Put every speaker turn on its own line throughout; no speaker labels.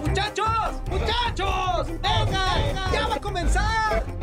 ¡Muchachos! ¡Muchachos! ¡Venga! ¡Ya va a comenzar!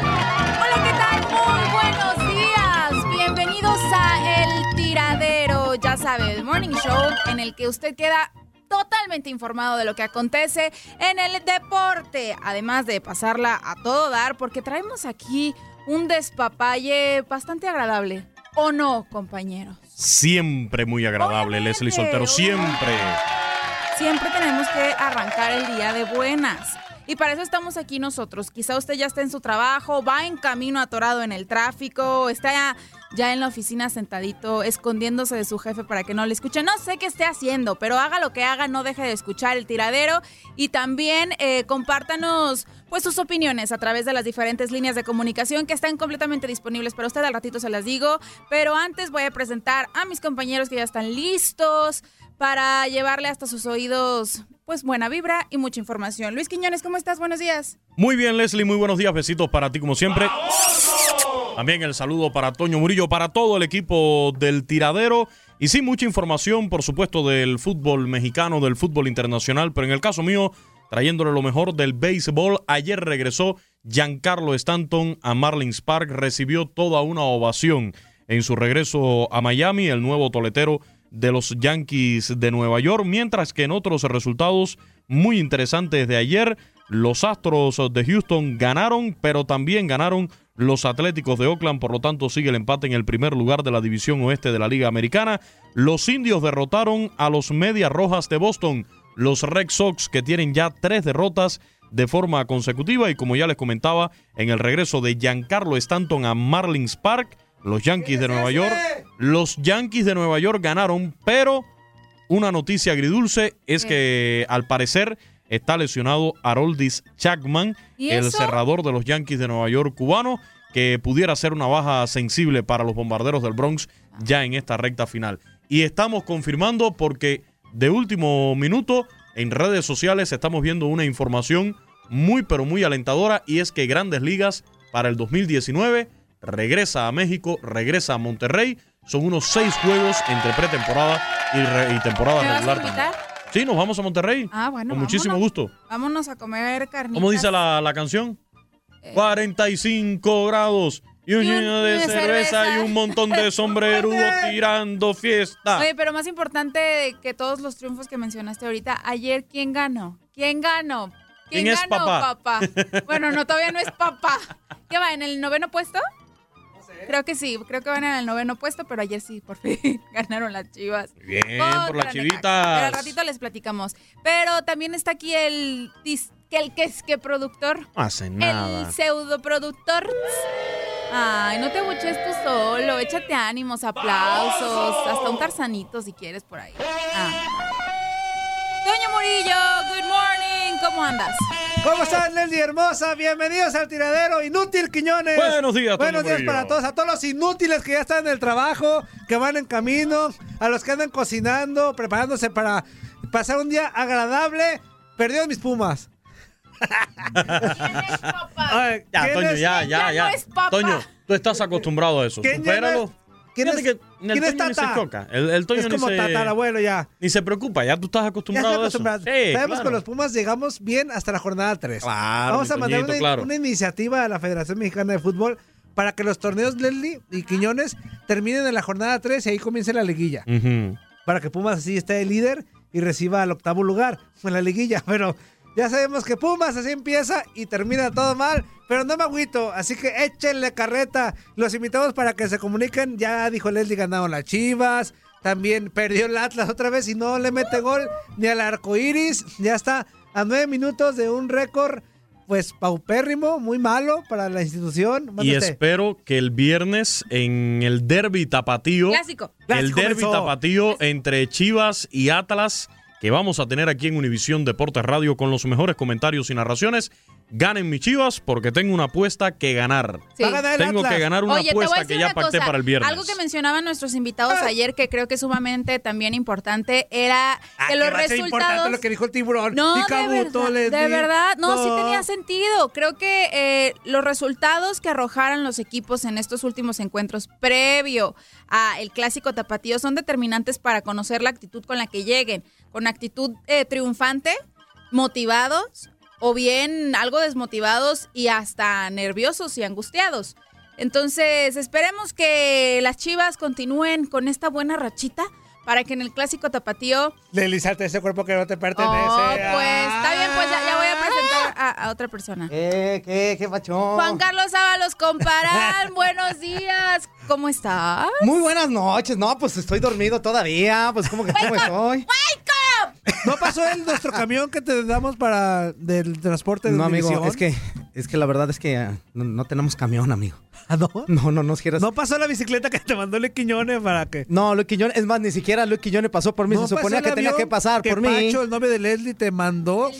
Hola, ¿qué tal? Muy buenos días. Bienvenidos a El Tiradero, ya sabe, el morning show en el que usted queda totalmente informado de lo que acontece en el deporte, además de pasarla a todo dar, porque traemos aquí un despapalle bastante agradable. ¿O no, compañeros?
Siempre muy agradable,
Obviamente.
Leslie Soltero, siempre.
Siempre tenemos que arrancar el día de buenas. Y para eso estamos aquí nosotros. Quizá usted ya está en su trabajo, va en camino atorado en el tráfico, está ya, ya en la oficina sentadito, escondiéndose de su jefe para que no le escuche. No sé qué esté haciendo, pero haga lo que haga, no deje de escuchar el tiradero. Y también eh, compártanos pues sus opiniones a través de las diferentes líneas de comunicación que están completamente disponibles para usted. Al ratito se las digo. Pero antes voy a presentar a mis compañeros que ya están listos para llevarle hasta sus oídos pues buena vibra y mucha información. Luis Quiñones, ¿cómo estás? Buenos días.
Muy bien, Leslie, muy buenos días. Besitos para ti, como siempre. También el saludo para Toño Murillo, para todo el equipo del tiradero. Y sí, mucha información, por supuesto, del fútbol mexicano, del fútbol internacional, pero en el caso mío, trayéndole lo mejor del béisbol. Ayer regresó Giancarlo Stanton a Marlins Park, recibió toda una ovación en su regreso a Miami, el nuevo toletero de los Yankees de Nueva York, mientras que en otros resultados muy interesantes de ayer, los Astros de Houston ganaron, pero también ganaron los Atléticos de Oakland, por lo tanto sigue el empate en el primer lugar de la División Oeste de la Liga Americana. Los Indios derrotaron a los Medias Rojas de Boston, los Red Sox que tienen ya tres derrotas de forma consecutiva y como ya les comentaba, en el regreso de Giancarlo Stanton a Marlins Park, los Yankees de Nueva York. Los Yankees de Nueva York ganaron, pero una noticia agridulce es que al parecer está lesionado Haroldis Chapman,
¿Y
el
eso?
cerrador de los Yankees de Nueva York cubano, que pudiera ser una baja sensible para los bombarderos del Bronx ya en esta recta final. Y estamos confirmando porque de último minuto en redes sociales estamos viendo una información muy pero muy alentadora y es que Grandes Ligas para el 2019 regresa a México, regresa a Monterrey. Son unos seis juegos entre pretemporada y, re- y temporada
¿Me vas a
regular. también.
invitar?
Sí, nos vamos a Monterrey.
Ah, bueno.
Con muchísimo
vámonos.
gusto.
Vámonos a comer carnitas.
¿Cómo dice la, la canción? 45 grados y un
Eh. y un-
niño de
de
cerveza,
cerveza.
y un montón de sombrerudos tirando fiesta.
Oye, pero más importante que todos los triunfos que mencionaste ahorita, ayer, ¿quién ganó? ¿Quién ganó?
¿Quién es
ganó,
papá?
Bueno, no, todavía no es papá. ¿Qué va? ¿En el noveno puesto? Creo que sí, creo que van en el noveno puesto, pero ayer sí, por fin ganaron las chivas.
Bien, por
Contra
las
Necaxa.
chivitas.
Pero al ratito les platicamos. Pero también está aquí el, dis- que el que es que productor,
No hacen
el pseudoproductor. Ay, no te buches tú solo. Échate ánimos, aplausos, hasta un tarzanito si quieres por ahí. Ah. Doña Murillo, good morning, ¿cómo andas?
¿Cómo están, Leslie hermosa? Bienvenidos al tiradero Inútil Quiñones.
Buenos días, Toño
Buenos días
Murillo.
para todos, a todos los inútiles que ya están en el trabajo, que van en camino, a los que andan cocinando, preparándose para pasar un día agradable. Perdieron mis pumas. Ay,
Ya,
¿quién
Toño,
es-
ya,
Ya
ya,
no
ya.
es papá.
Toño, tú estás acostumbrado a eso.
¿Quién ya
Supéralo.
no es- quién
Fíjate
es-
que en el
quién es
Toño ni se
tata?
choca. El, el Toño
es
ni
como
se-
tatarabuelo ya.
Ni se preocupa, ya tú estás
Ya
acostumbrado
está
a eso.
acostumbrado.
Sí,
Sabemos
claro.
que los Pumas llegamos bien hasta la jornada 3.
Claro,
Vamos
mi
a mandar
Toñito,
una,
claro.
una iniciativa a la Federación Mexicana de Fútbol para que los torneos Leslie y Quiñones terminen en la jornada 3 y ahí comience la liguilla.
Ujú.
Para que Pumas así esté el líder y reciba al octavo lugar en la liguilla. Pero ya sabemos que Pumas así empieza y termina todo mal. Pero no me agüito, así que échenle carreta. Los invitamos para que se comuniquen. Ya dijo Leslie, ganaron las Chivas. También perdió el Atlas otra vez y no le mete gol ni al arco iris. Ya está a nueve minutos de un récord, pues paupérrimo, muy malo para la institución. este, Mande
Y
usted.
espero que el viernes en el derby tapatío,
Clásico.
el
Clásico
derby
comenzó.
tapatío entre Chivas y Atlas, que vamos a tener aquí en Univisión Deportes Radio con los mejores comentarios y narraciones, ganen mis Chivas porque tengo una apuesta que ganar.
Sí.
Va a ganar el
Tengo
Atlas.
que ganar una
Oye, te voy a
apuesta
decir
que ya
una
pacté
cosa.
para el viernes.
Algo que mencionaban nuestros invitados
Ah.
ayer, que creo que es sumamente también importante, era
Ah,
que los
va a ser
resultados.
importante lo que dijo el tiburón.
No,
Y
de
Cabuto
verdad,
les
de
di-
verdad, no, sí tenía sentido. Creo que eh, los resultados que arrojaron los equipos en estos últimos encuentros previo a el clásico tapatío son determinantes para conocer la actitud con la que lleguen, con actitud eh, triunfante, motivados o bien algo desmotivados y hasta nerviosos y angustiados. Entonces, esperemos que las Chivas continúen con esta buena rachita para que en el clásico tapatío
Deslizarte ese cuerpo que no te pertenece.
Oh,
ah.
eh.
pues está bien, pues ya, ya voy a presentar a, a otra persona.
Eh,
¿Qué, qué, qué pachón?
Juan Carlos Ábalos Comparán, buenos días. ¿Cómo estás?
Muy buenas noches. No, pues estoy dormido todavía. Pues como que cómo estoy.
¡Welcome!
¿No pasó el nuestro camión que te damos para del transporte de
No, amigo,
división?
es que, es que la verdad es que ah, no, no tenemos camión, amigo.
¿Ah, no?
No, no, no quieras.
¿No pasó la bicicleta que te mandó Le Quiñones para que...
No, Luis Quiñones, es más, ni siquiera Luis Quiñones pasó por mí.
¿No
se
pasó
suponía
el
que tenía
avión
que pasar por mí.
Pacho, el novio de Leslie, te mandó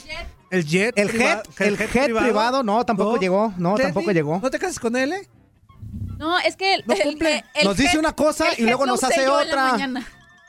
el jet.
El
priva-
jet, el jet privado, no, tampoco llegó, no, tampoco llegó.
¿No te casas con él, eh?
No, es que el-
No
el-
cumple.
el
Nos dice
jet-
una cosa
el
y
jet
luego
lo
nos
usé
hace
yo en la
otra.
mañana.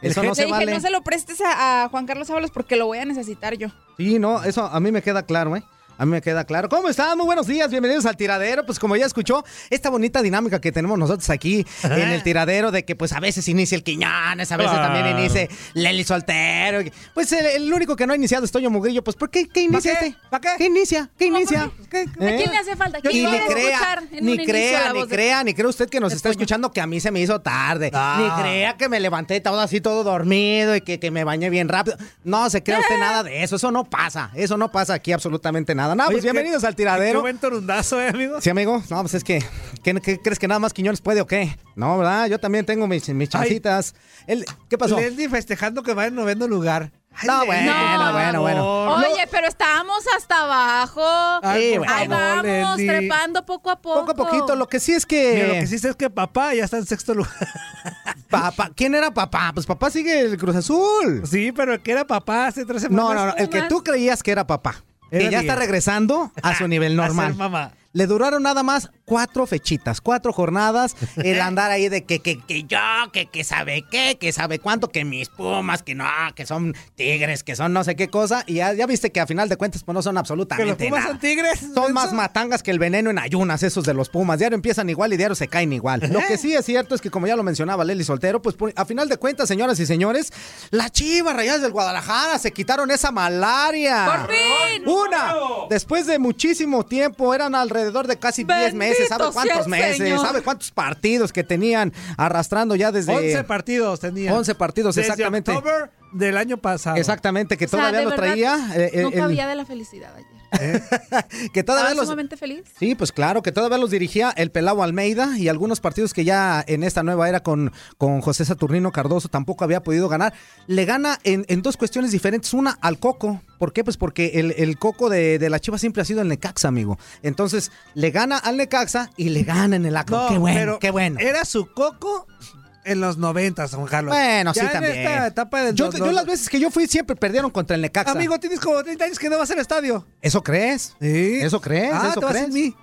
Eso
Le
no se
dije,
vale.
no se lo prestes a, a Juan Carlos Ábalos porque lo voy a necesitar yo.
Sí, no, eso a mí me queda claro, ¿eh? A mí me queda claro. ¿Cómo están? Muy buenos días, bienvenidos al tiradero. Pues como ya escuchó, esta bonita dinámica que tenemos nosotros aquí en el tiradero de que pues a veces inicia el Quiñones, a veces
Claro.
también inicia Leli Soltero. Pues el, el único que no ha iniciado es Toño Mugrillo. Pues ¿por qué, qué inicia
qué?
este? qué? inicia? ¿Qué inicia?
¿A
¿Eh?
quién le hace falta?
Ni
¿Quién
le
quiere escuchar
crea,
en un
ni
inicio la
crea, ni
voz de-
crea, ni crea usted que nos está escuchando que a mí se me hizo tarde. Ni crea que me levanté todo así, todo dormido y que, que me bañé bien rápido. No se crea usted nada de eso. Eso no pasa. Eso no pasa aquí absolutamente nada. No, pues
Oye, qué-
bienvenidos al
Qué
tiradero.
buen torundazo, ¿eh, amigo?
Sí, amigo. No, pues es que, ¿qué, qué crees que nada más Quiñones puede o qué? No, ¿verdad? Yo también tengo mis, mis
Ay.
chancitas. El- ¿Qué pasó?
Leslie festejando que va en noveno lugar. Ay,
No,
Leslie,
bueno,
por
bueno, bueno.
favor.
Oye, pero estábamos hasta abajo.
Ay,
por
Ahí
favor,
vamos,
Leslie.
trepando poco a poco.
Poco a poquito, lo que sí es que...
Mira, lo que sí sé es que papá ya está en sexto lugar.
Papá, ¿Quién era papá? Pues papá sigue el Cruz Azul.
Sí, pero el que era papá hace tres semanas.
No, no, no. El que tú creías que era papá.
Era
que ya está
Miguel.
regresando a su nivel
A ser
normal.
mamá.
Le duraron nada más cuatro fechitas, cuatro jornadas, el andar ahí de que, que, que yo, que, que sabe qué, que sabe cuánto, que mis pumas, que no, que son tigres, que son no sé qué cosa. Y ya, ya viste que a final de cuentas pues no son
Que los
absolutamente
Pumas
nada.
son tigres.
Son más
Benzo.
matangas que el veneno en ayunas, esos de los Pumas. Diario empiezan igual y diario se caen igual. Lo
¿Eh?
que sí es cierto es que, como ya lo mencionaba Leli Soltero, pues por- a final de cuentas, señoras y señores, las chivas rayadas del Guadalajara se quitaron esa malaria.
¡Por fin!
¡Una! Después de muchísimo tiempo, eran alrededor de casi 10 meses, ¿sabe
Bendito sea
cuántos
el
meses?
Señor.
¿Sabe cuántos partidos que tenían arrastrando ya desde.
11 partidos tenía.
11 partidos,
Desde
exactamente.
October del año pasado.
Exactamente, que
O sea,
todavía
de
lo
verdad,
traía. eh, eh,
no
el-
cabía de la felicidad ayer.
que
Estaba
todavía los,
Ah, sumamente feliz.
Sí, pues claro, que todavía los dirigía el Pelao Almeida y algunos partidos que ya en esta nueva era con, con José Saturnino Cardoso tampoco había podido ganar. Le gana en, en dos cuestiones diferentes. Una al Coco. ¿Por qué? Pues porque el, el Coco de, de la Chiva siempre ha sido el Necaxa, amigo. Entonces, le gana al Necaxa y le gana en el Acro.
No,
Oh, qué bueno,
pero
qué bueno.
Era su coco en los 90, Juan Carlos.
Bueno, sí
Ya
también.
En esta etapa del
yo,
los-
yo
los-
las veces que yo fui siempre perdieron contra el Necaxa.
Amigo, tienes como 30 años que no vas al estadio.
¿Eso crees?
Sí.
¿Eso crees?
Ah,
¿Eso
te vas
crees?
sin mí.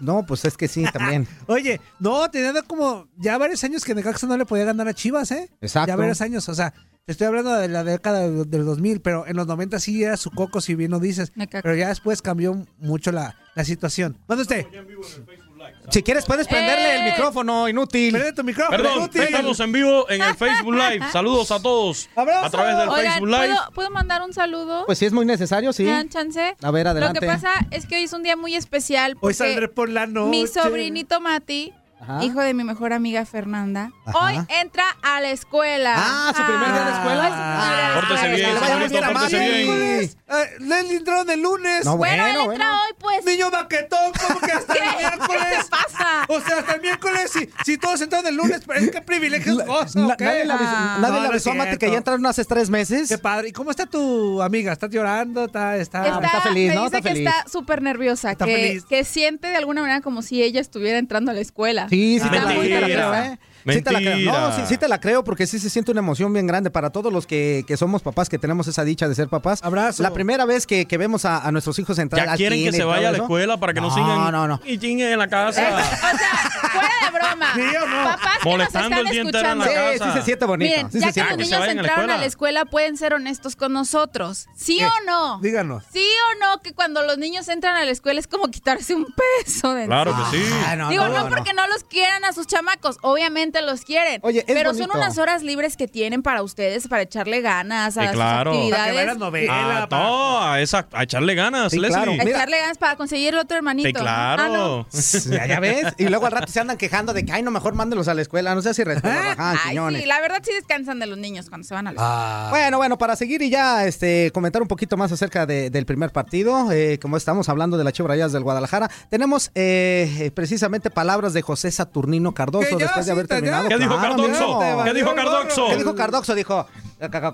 No, pues es que sí, también.
Oye, no, tenía como ya varios años que Necaxa no le podía ganar a Chivas, ¿eh?
Exacto.
Ya varios años, o sea, te estoy hablando de la década de- del 2000, pero en los 90 sí era su coco, si bien no dices.
Necaxa.
Pero ya después cambió mucho la, la situación. ¿Dónde usted?
Si quieres, puedes prenderle
Eh.
el micrófono, inútil.
Prende tu micrófono.
Perdón,
inútil.
estamos en vivo en el Facebook Live. Saludos a todos a
Abrazos.
través del
Oigan,
Facebook Live.
¿puedo, puedo mandar un saludo?
Pues si es muy necesario, sí.
¿Me dan chance?
A ver, adelante.
Lo que pasa es que hoy es un día muy especial
Hoy
porque
saldré por la noche.
mi sobrinito Mati,
Ajá.
hijo de mi mejor amiga Fernanda,
Ajá.
hoy entra a la escuela.
Ah, su primer día de escuela.
hoy es su primer día de
Ah,
Pórtese
escuela.
bien,
le vaya muy
señorito,
bien a
pórtese
Mati.
bien.
Eh, Leslie entró de lunes.
No,
Bueno,
bueno,
él
bueno.
entra hoy, pues.
Niño baquetón, ¿cómo que hasta el
¿Qué
miércoles?
te pasa?
O sea, hasta el miércoles, si, si todos entraron el lunes, es que privilegio
La-
gozo,
na-
¿ok?
Nadie le avisó,
Ah.
nadie
No,
le
no es
avisó a Mati que
cierto.
ya entraron hace tres meses.
Qué padre. ¿Y cómo está tu amiga? ¿Está llorando? ¿Está, está...
Ah, está feliz,
me
¿no?
dice
Está
que
feliz.
está súper nerviosa,
Está
que,
feliz.
que siente de alguna manera como si ella estuviera entrando a la escuela.
Sí, sí,
Ah,
te, la, sí te la creo,
mentira.
¿eh? Sí te la creo. No,
Mentira.
sí, sí te la creo porque sí se siente una emoción bien grande para todos los que, que somos papás, que tenemos esa dicha de ser papás.
Abrazo.
La primera vez que, que vemos a, a nuestros hijos entrar
Ya
al
quieren que
kinder y
se
todo
vaya a la
eso.
escuela para que no,
no
sigan
No, no,
y chinguen en la casa.
O sea, fuera de broma.
Sí, ¿o no?
Papás que nos
Molestando
están
el día entero en
escuchando.
la
Sí,
casa.
sí se siente bonito.
Miren,
sí
ya
se
que
siente
los
que se
niños
vayan a la
entraron a
escuela.
la escuela, pueden ser honestos con nosotros. ¿Sí o no?
Díganos.
¿Sí o no que cuando los niños entran a la escuela es como quitarse un peso de encima?
Claro que sí.
Ah, no,
Digo,
no,
no,
no.
porque no los quieran a sus chamacos, obviamente los quieren.
Oye, es
pero son
bonito.
unas horas libres que tienen para ustedes, para echarle ganas a
Sí,
las
claro.
Para que
actividades.
vean las novelas.
Ah, no, a, esa- a echarle ganas,
Sí,
Leslie.
claro.
A
Mira.
echarle ganas para conseguir el otro hermanito.
Sí, claro.
Ah, no.
Ya, ya ves. Y luego al rato se andan quejando de que, ay, no, mejor mándelos a la escuela. No sé si respetan.
Ay, sí, la verdad sí descansan de los niños cuando se van a
Ah,
la
Ah.
Bueno, bueno, para seguir y ya este, comentar un poquito más acerca de- del primer partido, eh, como estamos hablando de las Chivas del Guadalajara, tenemos eh, eh, precisamente palabras de José Saturnino Cardoso
Que ya
después de haber
cita, ya.
terminado.
¿Qué dijo
Claro,
Cardoxo? ¿Qué dijo
amigo.
Te valió el gorro.
Cardoxo?
¿Qué dijo Cardoxo? Dijo,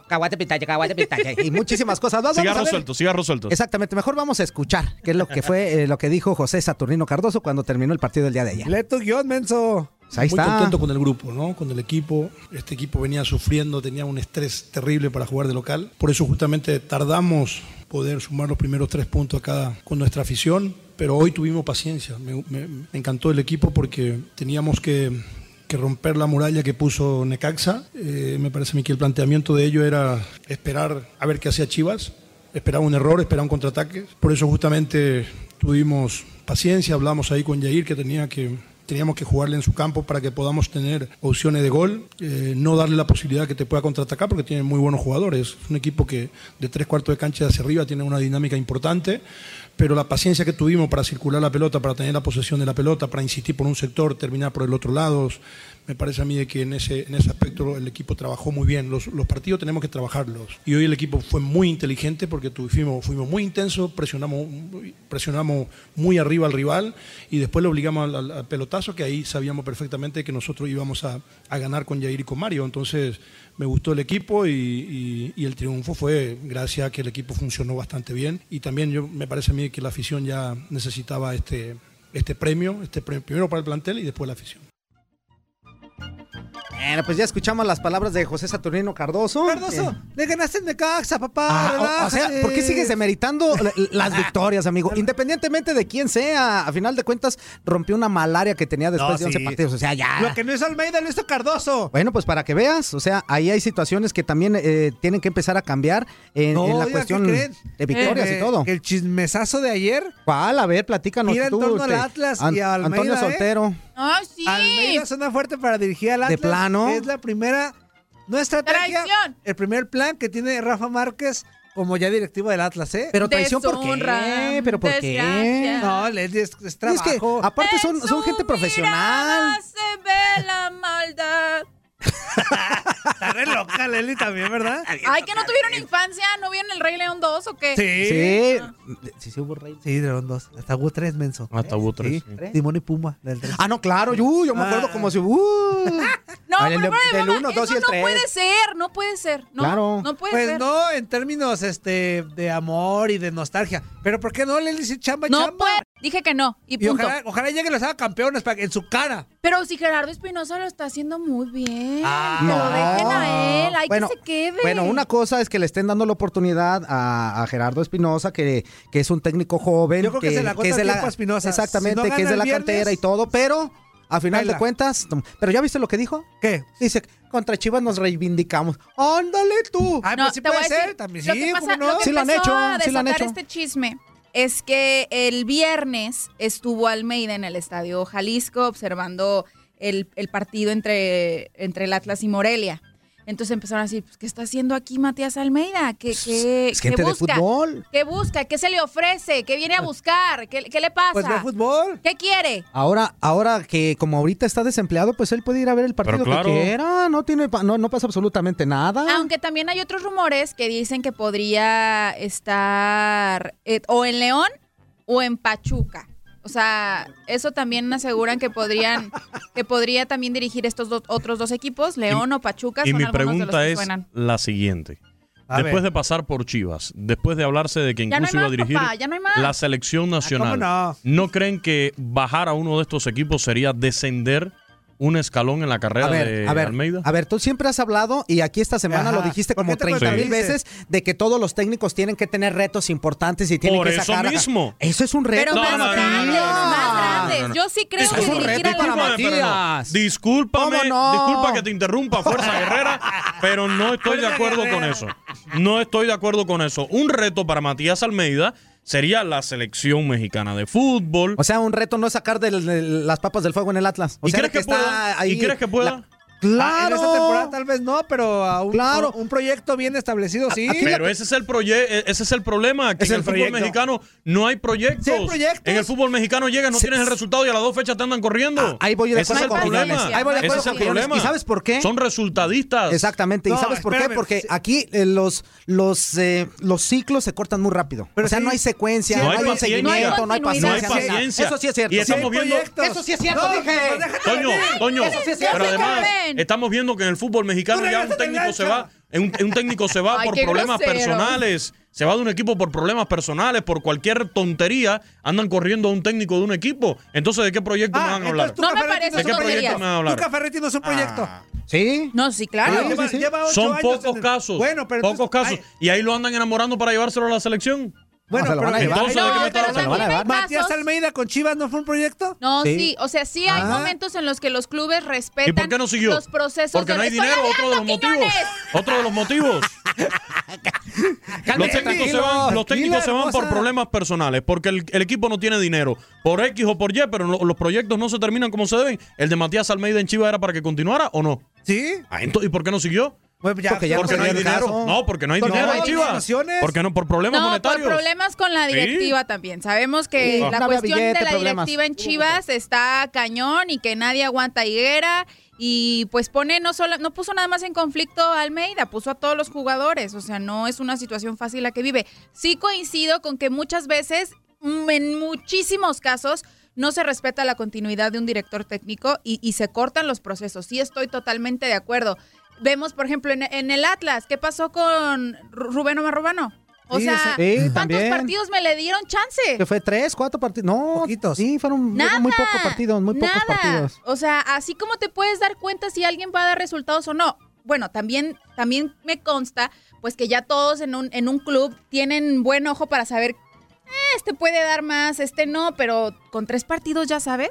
Caguate pitaya, caguate pitaya. Y muchísimas cosas. más. Vamos a
Cigarro
ver-
suelto, cigarro suelto.
Exactamente, mejor vamos a escuchar qué es lo que fue eh, lo que dijo José Saturnino Cardoso cuando terminó el partido del día de ayer.
Lee tu guión, menso.
Pues ahí
Muy
está.
contento con el grupo, ¿no? Con el equipo. Este equipo venía sufriendo, tenía un estrés terrible para jugar de local. Por eso justamente tardamos poder sumar los primeros tres puntos acá con nuestra afición. Pero hoy tuvimos paciencia. Me, me- me encantó el equipo porque teníamos que, que romper la muralla que puso Necaxa. Eh, me parece a mí que el planteamiento de ello era esperar a ver qué hacía Chivas. Esperaba un error, esperaba un contraataque. Por eso justamente tuvimos paciencia, hablamos ahí con Jair que tenía que teníamos que jugarle en su campo para que podamos tener opciones de gol, eh, no darle la posibilidad que te pueda contraatacar porque tiene muy buenos jugadores. Es un equipo que de tres cuartos de cancha hacia arriba tiene una dinámica importante, pero la paciencia que tuvimos para circular la pelota, para tener la posesión de la pelota, para insistir por un sector, terminar por el otro lado, me parece a mí de que en ese, en ese aspecto el equipo trabajó muy bien. Los, los partidos tenemos que trabajarlos. Y hoy el equipo fue muy inteligente porque tuvimos, fuimos muy intensos, presionamos, presionamos muy arriba al rival y después lo obligamos al, al- al pelotazo, que ahí sabíamos perfectamente que nosotros íbamos a, a ganar con Yair y con Mario. Entonces me gustó el equipo y, y- y el triunfo fue gracias a que el equipo funcionó bastante bien. Y también yo, me parece a mí que la afición ya necesitaba este, este premio, este premio primero para el plantel y después la afición.
Bueno, pues ya escuchamos las palabras de José Saturnino Cardoso.
Cardoso,
Eh,
le ganaste en Necaxa, papá.
ah, o, o sea, ¿por qué
relájate.
sigues demeritando la- las victorias, amigo? Independientemente de quién sea, a final de cuentas rompió una malaria que tenía después
No,
de 11
sí.
partidos. O sea, ya.
Lo que no hizo Almeida lo hizo Cardoso.
Bueno, pues para que veas, o sea, ahí hay situaciones que también eh, tienen que empezar a cambiar en,
No,
en la
oiga, ¿qué
cuestión
creen?
de victorias
Eh,
y todo.
que el chismesazo de ayer
¿Cuál? A ver, platícanos
gira en
tú.
torno al
te-
Atlas
An-
y a Almeida.
Antonio
¿eh?
Soltero.
¡Ah, sí!
Almeida suena fuerte para dirigir al Atlas.
plano?
Es la primera, no estrategia,
Traición.
el primer plan que tiene Rafa Márquez como ya directivo del Atlas, ¿eh?
Pero traición, ¿por
Deshonra,
qué? ¿Pero por qué?
desgracia.
No, le- es, es
Y Es
trabajo.
que, aparte, son,
En
son
su
gente profesional.
mirada se ve la maldad.
Está re loca Leli también, ¿verdad?
Ay, que no tuvieron infancia, ¿no vieron el Rey León 2 o qué?
Sí.
Sí. Sí, sí hubo rey.
Sí, Dragón 2. Hasta hubo 3, menso.
Ah, Hasta hubo tres,
Sí,
sí.
Timón y Puma, la del 3.
Ah, no, claro, yo, yo me acuerdo
Ah.
como si. uh.
No,
Ah,
pero fuera
del-
de
del
broma,
uno, dos
eso
y el
no
tres.
puede ser, no puede ser. No,
Claro.
No puede
Pues
ser.
no, en términos este de amor y de nostalgia. Pero ¿por qué no, Leli? Si chamba,
No
pues chamba.
puede. Dije que no. Y
Y
punto.
ojalá, ojalá lleguen los haga campeones para que- en su cara.
Pero si Gerardo Espinosa lo está haciendo muy bien.
Ah,
que
No.
lo dejen a él. Hay
Bueno,
que se quede.
Bueno, una cosa es que le estén dando la oportunidad a, a Gerardo Espinosa, que, que es un técnico joven.
Yo creo que se la agota
es de
el tiempo a Espinosa.
Exactamente,
Si no
que es de la
gana el
cantera
viernes,
y todo, pero a final
pela.
de cuentas. Pero ya viste lo que dijo.
¿Qué?
Dice, contra Chivas nos reivindicamos. Ándale tú.
Ah,
No,
pues sí
te voy
puede
a decir,
ser, también
lo
sí,
que pasa-
¿cómo
lo
no?
que
Sí lo han
empezó
hecho,
a
sí lo han
desatar
hecho.
este chisme es que el viernes estuvo Almeida en el Estadio Jalisco observando el, el partido entre, entre el Atlas y Morelia. Entonces empezaron a decir, pues, ¿qué está haciendo aquí Matías Almeida? ¿Qué, qué,
Pues, es
qué
gente de
busca?
fútbol. Pues,
¿Qué busca? ¿Qué se le ofrece? ¿Qué viene a buscar? ¿Qué, qué le pasa?
Pues ve fútbol.
¿Qué quiere?
Ahora, ahora que como ahorita está desempleado, pues él puede ir a ver el partido
claro.
que quiera. No tiene, pa- no, no pasa absolutamente nada.
Aunque también hay otros rumores que dicen que podría estar eh, o en León o en Pachuca. O sea, eso también aseguran que podrían, que podría también dirigir estos dos- otros dos equipos, León o Pachuca.
Y
son
mi
algunos de los
pregunta
que
es
suenan.
la siguiente.
A
después
ver.
de pasar por Chivas, después de hablarse de que
Ya no
incluso
hay
iba a
más,
dirigir
papá, ya no hay más.
la selección nacional,
no?
creen que bajar a uno de estos equipos sería descender un escalón en la carrera
A ver,
de
a ver,
Almeida?
a ver, tú siempre has hablado y aquí esta semana
Ajá.
lo dijiste
¿Por qué
como
te
30 mil
contradices?
veces de que todos los técnicos tienen que tener retos importantes y tienen
Por
que
eso
sacar.
mismo.
Eso es un reto.
Pero
No,
más
no, no, no,
grandes,
no, no,
más
no,
grandes.
no, no.
Yo sí creo
Eso
que
es un
dirigir
reto
a León.
para
Discúlpame, pero no.
Matías.
Discúlpame,
¿Cómo no?
disculpa que te interrumpa, Fuerza Guerrera, pero no estoy de
Fuerza
acuerdo con
Guerrera.
eso. No estoy de acuerdo con eso. Un reto para Matías Almeida sería la selección mexicana de fútbol.
O sea, un reto no es sacar del- del- las papas del fuego en el Atlas. O
¿Y
sea,
crees que,
está
pueda?
ahí
¿Y crees que pueda?
la- claro.
Ah, En esta temporada tal vez no, pero a un,
Claro.
un, un proyecto bien establecido sí.
ah, Pero ese es el proye- e- ese es el problema, que
Es
en
el
el fútbol
proyecto.
mexicano no hay proyectos.
Sí hay proyectos.
En el fútbol mexicano llegas, no
Se-
tienes el resultado y a las dos fechas te andan corriendo.
Ah, ahí voy de
ese es
acuerdo
el
con
problema.
Quiñones. Ahí voy de
Ese
acuerdo
es
con
el
Quiñones.
problema.
¿Y sabes por qué?
Son resultadistas.
Exactamente. ¿Y
No,
sabes por qué?
espérame,
Porque
sí.
aquí eh, los los eh, los ciclos se cortan muy rápido.
Pero
o sea,
sí.
no hay secuencia,
Sí,
no
no
hay
hay
seguimiento, no hay
continuidad.
No hay
paciencia. nada.
paciencia.
Eso sí es cierto.
Y
Sí hay
estamos viendo.
proyectos.
Eso sí es cierto, dije.
pues déjate
Toño,
venir.
Toño,
Eso sí es
pero
cierto.
además,
joven.
Estamos viendo que en el fútbol mexicano
Tú
ya un
regresate
técnico
al
se
gancho.
va, en un, en un técnico se va
Ay,
por
qué
problemas
grosero.
personales, se va de un equipo por problemas personales, por cualquier tontería, andan corriendo a un técnico de un equipo. Entonces, ¿de qué proyecto me van a hablar?
tú, No me Caferretti, parece
¿De qué
tontería.
proyecto me van a
Tú,
hablar? Ah.
Caferretti, no es un proyecto.
Sí.
No, sí, claro.
Sí, sí, sí. Lleva ocho
Son
años
pocos
en-
casos.
Bueno, pero
pocos casos. Y ahí lo andan enamorando para llevárselo a la selección.
Bueno,
se
pero
entonces, ¿de qué me
Ay,
estás hablando?
Matías Almeida con Chivas no fue un proyecto.
No, sí.
Sí.
o sea, sí hay momentos en los que los clubes respetan
¿Y por qué no siguió?
los procesos
Porque
de
no hay
Estoy
dinero, otro de los
hablando,
motivos.
Quiñones.
Otro de los motivos. los
Tranquilo,
técnicos se van, los
tranquila,
técnicos se van por
hermosa.
problemas personales, porque el, el equipo no tiene dinero, por X o por Y, pero lo- los proyectos no se terminan como se deben. ¿El de Matías Almeida en Chivas era para que continuara o no? Ah,
Sí. Pues
¿Y por qué no siguió?
ya-
porque
ya
no
perdió
hay
el
dinero.
caso.
No, porque no hay
Porque
dinero
no
en
hay
Chivas.
negociaciones.
Porque no, por problemas
No, por
monetarios.
problemas con la
Sí.
directiva también. Sabemos que
Sí.
la
No había
cuestión
billete,
de la
problemas.
directiva en Chivas está cañón y que nadie aguanta Higuera y pues pone no solo no puso nada más en conflicto a Almeida, puso a todos los jugadores, o sea, no es una situación fácil la que vive. Sí coincido con que muchas veces mm, en muchísimos casos no se respeta la continuidad de un director técnico y, y se cortan los procesos. Sí estoy totalmente de acuerdo. Vemos, por ejemplo, en, en el Atlas, ¿qué pasó con Ru- Rubén Omar Robano? O
Sí,
sea,
esa- sí,
¿cuántos
también.
partidos me le dieron chance?
Que fue tres, cuatro partidos. No, sí, fueron
Nada.
muy pocos partidos, muy pocos
Nada.
partidos.
O sea, así como te puedes dar cuenta si alguien va a dar resultados o no. Bueno, también, también me consta, pues que ya todos en un, en un club tienen buen ojo para saber, "Eh, este puede dar más, este no, pero con tres partidos ya sabes.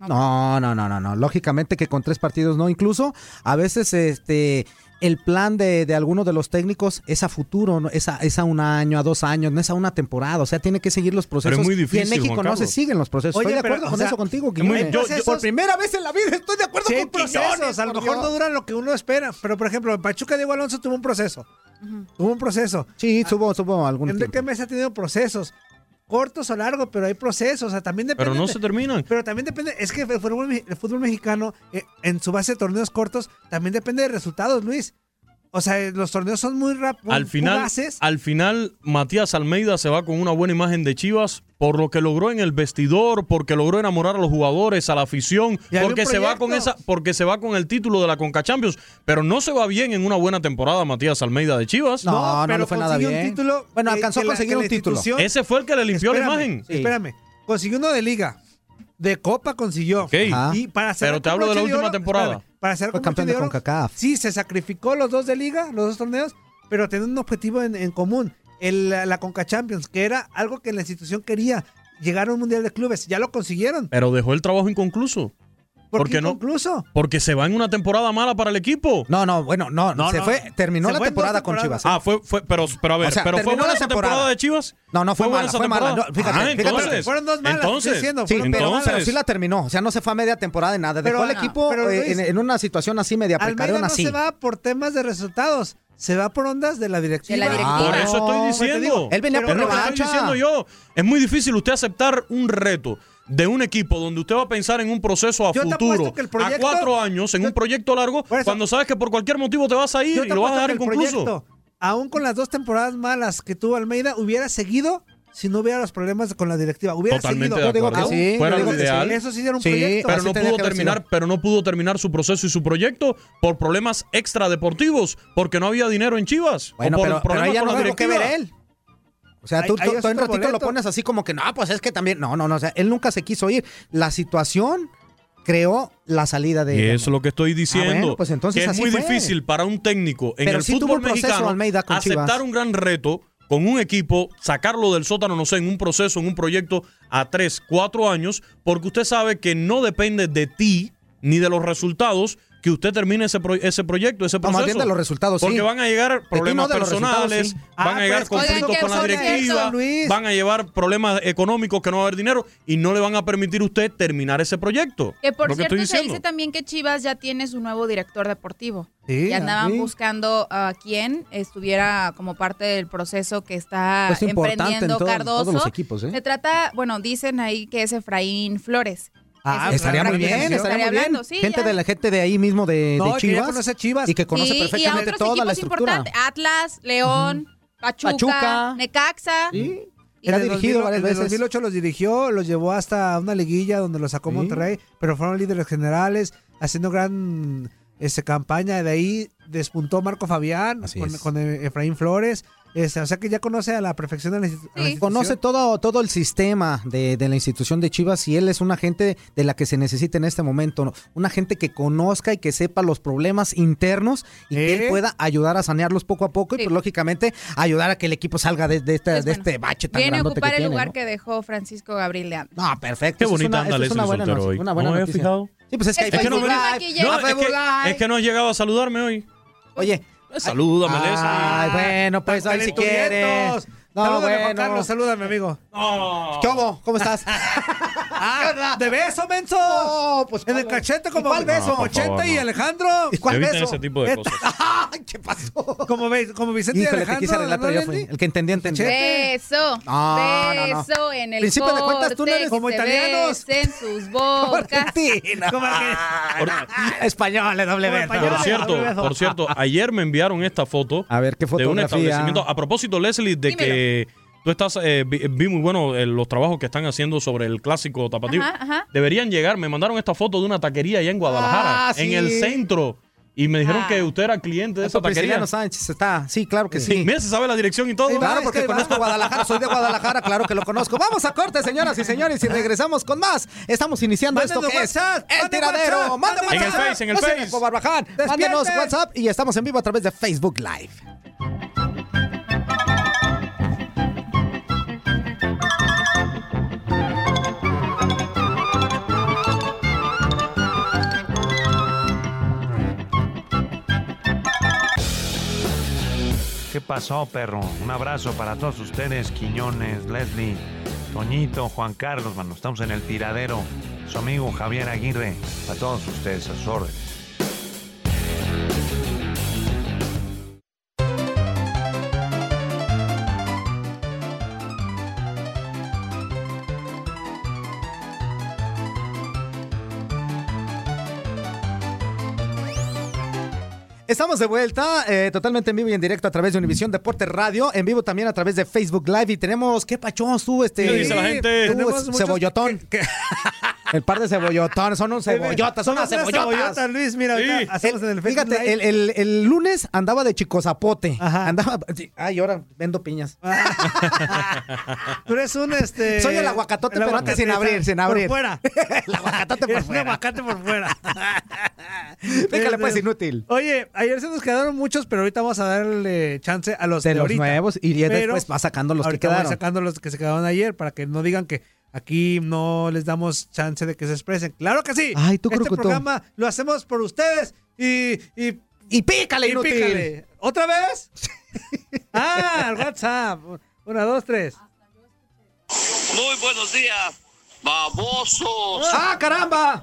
No, no, no, no, no. Lógicamente que con tres partidos no. Incluso a veces este el plan de, de alguno de los técnicos es a futuro, no es a, es a un año, a dos años, no es a una temporada. O sea, tiene que seguir los procesos.
muy
y en
difícil,
México
Juan
no se
Carlos.
siguen los procesos.
Oye,
estoy de
pero,
acuerdo
o
con
sea,
eso contigo, Ah.
es muy-
Quiñones.
yo- yo-
Por primera vez en la vida estoy de acuerdo
Sí, hay
con Quiñones.
procesos, a lo
por
mejor no
Dios.
duran lo que uno espera, pero por ejemplo, en Pachuca Diego Alonso tuvo un proceso. Tuvo un proceso. Ah,
Sí, tuvo, tuvo algún
Enrique Mesa ha tenido procesos. Cortos o largos, pero hay procesos. O sea, también depende.
Pero no
de-
se terminan.
Pero también depende. Es que el fútbol, me- el fútbol mexicano, eh, en su base de torneos cortos, también depende de resultados, Luis. O sea, eh, los torneos son muy rápidos.
Al final, al final, Matías Almeida se va con una buena imagen de Chivas por lo que logró en el vestidor, porque logró enamorar a los jugadores, a la afición,
Y había un
porque se va
proyecto.
con esa, porque se va con el título de la Conca Champions, pero no se va bien en una buena temporada Matías Almeida de Chivas.
No, No, no pero le fue nada consiguió un bien. título Bueno, que- alcanzó a que la- conseguir que la un título. institución-
Ese fue el que le limpió la
Espérame,
imagen.
Espérame. Consiguió uno de liga. De copa consiguió.
Ajá.
Y para cerrar
Pero te
con
hablo de la
broche
última
oro-
temporada.
espérame, para ser
Fue campeón de CONCACAF.
Sí, se sacrificó los dos de liga, los dos torneos, pero tenían un objetivo en, en común, el, la la Conca Champions, que era algo que la institución quería, llegar a un Mundial de Clubes. Ya lo consiguieron.
Pero dejó el trabajo inconcluso.
¿Por
Porque
qué
no,
inconcluso?
porque se va en una temporada mala para el equipo.
No, no, bueno, no, se fue- terminó Se la fue en dos temporada con temporadas. Chivas,
Ah, fue, fue, pero, pero a ver,
O sea,
pero fue
terminó
buena
la
esa
temporada.
temporada. de Chivas.
No, no, fue,
buena
mala,
esa
fue mala.
temporada?
No, fíjate,
Ah,
fíjate,
entonces,
fueron dos malas, estoy
Entonces,
diciendo,
Sí,
fueron-
pero,
entonces-
pero sí la terminó. O sea, no se fue a media temporada de nada. Dejó al
Pero,
equipo
pero,
eh,
Luis,
en, en una situación así media
Almeida
precaria,
no
así.
se va por temas de resultados, se va por ondas de la directiva.
Ah.
Por eso estoy
Te
diciendo.
digo, pero
Es lo que
revancha.
estoy diciendo yo. Es muy difícil usted aceptar un reto de un equipo donde usted va a pensar en un proceso a
Yo te
futuro,
apuesto que el
a
proyecto-
cuatro años, en un proyecto largo, cuando sabes que por cualquier motivo te vas a ir
Yo
y
te
lo vas a
apuesto
dejar
que el
inconcluso.
proyecto, aún con las dos temporadas malas que tuvo Almeida, hubiera seguido si no hubiera los problemas con la directiva. Hubiera
Totalmente
seguido.
de acuerdo. Fuera lo ideal.
Eso sí era un proyecto.
Pero no pudo terminar, pero no pudo terminar su proceso y su proyecto por problemas extradeportivos, porque no había dinero en Chivas. o
Bueno,
por
pero, pero
problemas
ahí ya
con
no
la
tuvo que ver
directiva.
él. O sea, tú,
Ahí- ahí
tú-
es
tú en
otro
ratito lo
boleto.
pones así como que, no, pues es que también. No, no, no. O sea, él nunca se quiso ir. La situación creó la salida de.
Y eso es lo que estoy diciendo.
bueno, pues entonces
que es
así
muy
fue.
difícil para un técnico en
Pero
el
sí tuvo
fútbol
un proceso
mexicano
Almeida con
aceptar
Chivas.
un gran reto con un equipo, sacarlo del sótano, no sé, en un proceso, en un proyecto a 3, 4 años, porque usted sabe que no depende de ti ni de los resultados que usted termine ese, pro- ese proyecto, ese
No,
proceso.
más bien de los resultados, sí.
Porque van a
De
llegar
ti,
problemas
no, de los resultados,
personales,
sí.
van
Ah,
a llegar
pues, oigan,
conflictos
que
con la
son
directiva,
ciertos, Luis.
van a llevar problemas económicos que no va a haber dinero y no le van a permitir a usted terminar ese proyecto.
Que por
Lo
cierto
estoy
se
diciendo.
dice también que Chivas ya tiene su nuevo director deportivo.
Sí,
y andaban
sí.
buscando a quien estuviera como parte del proceso que está
Pues importante en
emprendiendo
todo-
Cardoso.
todos los equipos, ¿eh?
Se trata, bueno, dicen ahí que es Efraín Flores.
Ah,
Ese es
estaría
el
muy
que
bien,
yo
estaría muy bien.
hablando, sí,
gente,
ya.
de la, gente de ahí mismo de, de
No, que ya
Chivas,
conoce Chivas.
Y que conoce
Sí, y
perfectamente
a otros
toda la
equipos
estructura.
importantes, Atlas, León, Pachuca,
Pachuca.
Necaxa.
Y
Era
desde
dirigido
2008
varias
desde
veces.
2008 los dirigió, los llevó hasta una liguilla donde los sacó Monterrey, pero fueron líderes generales, haciendo gran esa campaña. De ahí despuntó Marco Fabián
Así
con,
es.
con eh, Efraín Flores. Este, o sea que ya conoce a la perfección a la insti- a la institución.
Conoce todo, todo el sistema de, de la institución de Chivas y él es una gente de la que se necesita en este momento. ¿no? Una gente que conozca y que sepa los problemas internos y que
¿Eh?
él pueda ayudar a sanearlos poco a poco y, pues, lógicamente, ayudar a que el equipo salga de, de esta- de este bache tan
Viene a
grandote
ocupar
que
el
tiene,
lugar
¿no?
que dejó Francisco Gabriel Leandro.
No, perfecto.
Qué
eso es
bonita
una-
anda
eso es
Leslie
una buena
Soltero
noticia,
hoy.
una buena
¿eh? ¿No me había
noticia.
fijado?
Sí, pues es que hay
Es que no
Facebook
me-
Live.
No, es, que, es que no has llegado a saludarme hoy.
Oye.
Salúdame, Leslie.
Ay, bueno, pues hoy si quieres. No,
salúdame, Juan
bueno.
Carlos, salúdame, amigo.
¿Cómo? ¿Cómo estás?
Ah, de beso, menso. en el cachete, como
pues, ¿Cuál beso?
No, por
80
favor,
y
no.
Alejandro. Este-
¿Cuál
Eviten
beso?
ese tipo de cosas.
Como, ve- como Vicente y
Híjole, te
Alejandro.
quise arreglar,
¿no
pero ya
entendí?
fue. El que entendía, entendía.
Beso,
No, no, no.
beso en el
Principio de cuentas, tú no
córtex,
eres como
se
italianos.
besen sus bocas.
Como que-
Españoles, Ah, doble beso.
Por cierto, por cierto, ayer me enviaron esta foto.
A ver, ¿qué
De un
fotografía?
establecimiento. A propósito, Leslie, de
Dímelo.
que tú estás. eh, vi, vi muy bueno eh, los trabajos que están haciendo sobre el clásico tapatío.
Ajá, ajá.
Deberían llegar. Me mandaron esta foto de una taquería allá en Guadalajara,
Ah,
en
sí.
el centro. Y me dijeron
Ah.
que usted era cliente de esa taquería.
Prisciliano Sánchez está. Sí, claro que
Sí,
sí.
mira, se sabe la dirección y todo.
Claro, porque conozco Guadalajara, soy de Guadalajara, claro que lo conozco. Vamos a corte, señoras y señores, y regresamos con más. Estamos iniciando
Mándenos
esto que es
WhatsApp,
El
manden
Tiradero.
WhatsApp,
Manden
manden
WhatsApp.
En el Face, en el
Yo soy
Face.
Marco Barbaján. Mándenos
Despierte.
WhatsApp y estamos en vivo a través de Facebook Live.
¿Qué pasó, perro? Un abrazo para todos ustedes, Quiñones, Leslie, Toñito, Juan Carlos, mano. Estamos en el tiradero. Su amigo Javier Aguirre, a todos ustedes, a sus órdenes.
Estamos de vuelta, eh, totalmente en vivo y en directo a través de Univisión Deporte Radio, en vivo también a través de Facebook Live y tenemos, qué pachón tú, este...
¿Qué dice la gente?
tú,
Tenemos
es-
muchos-
cebollotón. El par de cebollotones, son unos cebollotas, son unas
Somos unas
cebollotas.
cebollotas, Luis, mira, ahorita
Sí.
hacemos en el Facebook
Fíjate,
Live.
el, el- el lunes andaba de chicozapote.
Ajá.
Andaba. Ay, ahora vendo piñas.
Ah. Tú eres un este.
Soy el aguacatote, pero antes sin
aguacate,
abrir, sin abrir.
Por fuera.
El aguacate por
Eres un
fuera.
aguacate por fuera.
Fíjale, pues, inútil.
Oye, ayer se nos quedaron muchos, pero ahorita vamos a darle chance a los
De
de,
los
ahorita.
nuevos y ya
Pero
después va sacando los que
ahorita voy
quedaron.
sacando los que se quedaron ayer para que no digan que aquí no les damos chance de que se expresen. ¡Claro que sí!
Ay, tú,
Este
Crocuto.
programa lo hacemos por ustedes y... y
Y pícale,
y
inútil.
pícale. ¿Otra vez? ah, al WhatsApp. Una, dos, tres.
Muy buenos días, babosos.
¡Ah, caramba!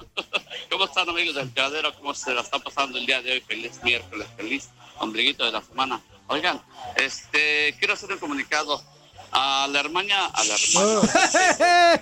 ¿Cómo están, amigos del tiradero? ¿Cómo se la está pasando el día de hoy? Feliz miércoles, feliz ombliguito de la semana. Oigan, este, quiero hacer un comunicado a la hermana, a la hermana,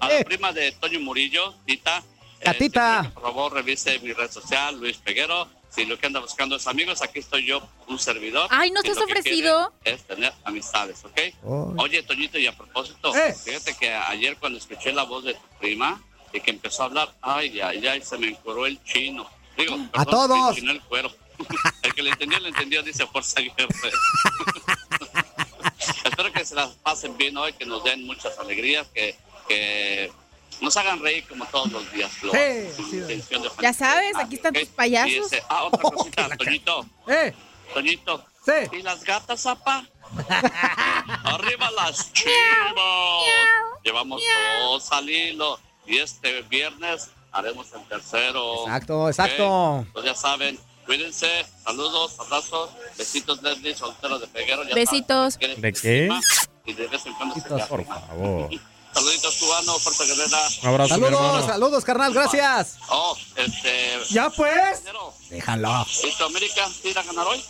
a la prima de Toño Murillo, Tita. Eh,
Tatita.
siempre que, por favor, revise mi red social, Luis Peguero. Si lo que anda buscando es amigos, aquí estoy yo, un servidor.
Ay, ¿no
Y
te has
lo que
ofrecido?
quiere Es tener amistades, ¿ok? Oye, Toñito, y a propósito,
Eh.
fíjate que ayer cuando escuché la voz de tu prima y que empezó a hablar, ay, ay, ay, se me encoró el chino. Digo, perdón,
todos.
me enchinó el cuero. el que le entendió, le entendió, dice Fuerza Guerrero. Espero que se las pasen bien hoy, que nos den muchas alegrías, que, que nos hagan reír como todos los días. Lo
Sí,
hago con
sí.
intención de
Ya sabes, aquí están
¿ok?
tus payasos.
Y ese- ah, otra cosita, Toñito,
¡Eh!
Toñito.
Sí.
¿Y las gatas, apa? ¡Arriba las chivas! Llevamos dos al hilo y este viernes haremos el tercero.
Exacto, exacto.
Ok, Pues ya saben, cuídense, saludos, abrazos, besitos, Leslie, soltero de Peguero. ya
Besitos.
saben,
¿De qué?
Y de vez en cuando se
Por
llama.
favor.
Saluditos cubanos, Fuerza Guerrera.
Un abrazo, mi
Saludos,
hermano.
saludos, carnal, gracias.
Oh, este...
¡Ya pues!
Pedro,
Déjalo.
¿Centroamérica sí irá a ganar hoy?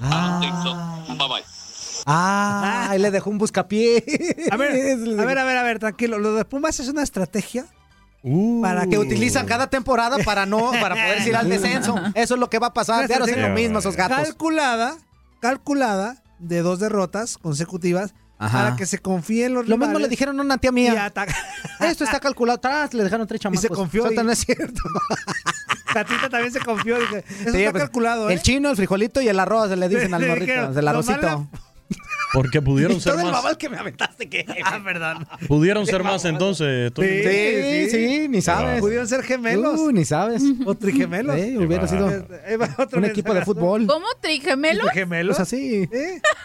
Ah,
Ah,
no, Bye bye.
ah, ahí le dejó un buscapié.
A ver, a ver, a ver, a ver, tranquilo. Lo de Pumas es una estrategia
Uh.
para
Que
que
utilizan cada temporada para no, para poder ir al descenso. Eso es lo que va a pasar. Ya hacen lo mismo esos gatos.
calculada, calculada de dos derrotas consecutivas
Ajá.
para que se confíen los
Lo
rivales
mismo le dijeron a una tía
y
mía.
ataca-
Esto está calculado atrás, le dejaron tres chamacos.
se confió
Suelta,
y-
no es cierto.
Tatita también se confió. Dije, eso
Sí,
está
pues,
calculado, ¿eh?
El chino, el frijolito y el arroz, le dicen al
Le
morrito,
dijeron,
del
"Nomás
arrocito.
Porque pudieron ser más.
que me aventaste, que. Ah, perdón.
Pudieron ser más entonces. Ah. Toño.
Sí, sí, ni sabes.
Pudieron ser gemelos.
Uh, ni sabes.
O trigemelos.
Eh, hubiera
Qué
sido
Ahí va otro
un equipo de
mensaje.
fútbol.
¿Cómo trigemelos?
¿Gemelos?
Pues así.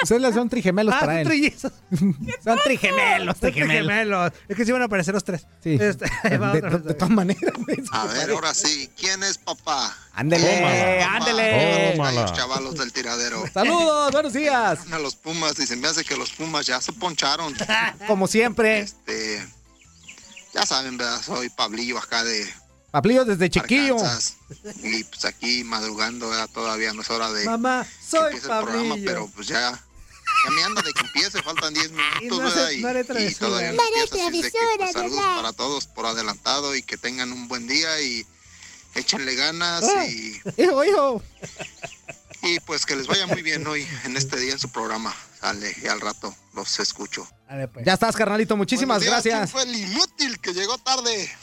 Ustedes les son trigemelos
Ah,
para
son
él.
trillizos.
Son trigemelos, trigemelos.
Son trigemelos. Es que sí van a aparecer los tres.
Sí.
Este, ahí va
de, de-
otro
de
mensaje.
todas maneras, güey.
A ver, ahora sí, ¿quién es papá?
Ándele,
Papá,
ándele.
papá, los chavalos del tiradero.
Saludos, buenos días.
A los Pumas, y se me hace que los Pumas ya se poncharon.
Como siempre,
Este, ya saben, ¿verdad? Soy Pablillo acá de
Paplillo desde chiquillo.
Arkansas. Y pues aquí madrugando, ¿verdad? Todavía no es hora de
Mamá,
que
soy
empiece el programa,
Pablillo.
pero pues ya. Ya me anda de que empiece, faltan 10
Y no
minutos,
hace-
¿verdad?
no haré
Y, y
travesuras.
todavía
No
no
haré
empieza, así es de que, pues,
travesuras,
saludos
¿verdad?
para todos por adelantado y que tengan un buen día y échenle ganas
Ah.
y
Hijo, hijo.
y pues que les vaya muy bien hoy, en este día, en su programa. Sale, y al rato los escucho.
pues.
Ya estás, carnalito. Muchísimas
Buenos días,
gracias.
¿quién fue el inútil que llegó tarde?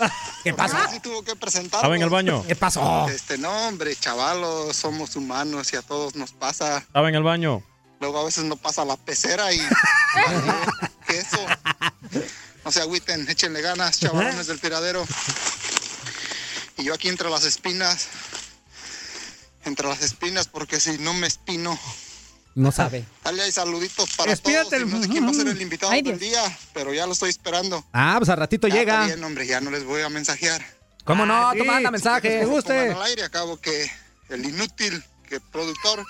¿Qué Ah, pasó?
Así tuvo que presentar. pues.
Estaba en el baño.
¿Qué pasó?
Este, no, hombre, chavalos, somos humanos y a todos nos pasa.
Estaba en el baño.
Luego a veces no pasa la pecera y... que eso. No se agüiten, échenle ganas, chavalones del tiradero. Y yo aquí entre las espinas. Entre las espinas, porque si no me espino...
No sabe.
Dale ahí saluditos para
Espírate
todos.
el-
Y No sé quién va a ser el invitado
Ay,
del día, pero ya lo estoy esperando.
Ah, pues al ratito
Ya, está
llega.
bien, hombre, ya no les voy a mensajear.
¿Cómo no? Tú manda
Que
mensaje.
se pongan al aire, acabo que el inútil, que el productor,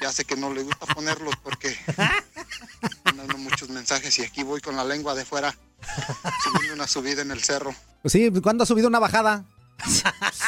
ya sé que no le gusta ponerlos porque mandando muchos mensajes y aquí voy con la lengua de fuera, subiendo una subida en el cerro.
Pues sí, ¿cuándo ha subido una bajada?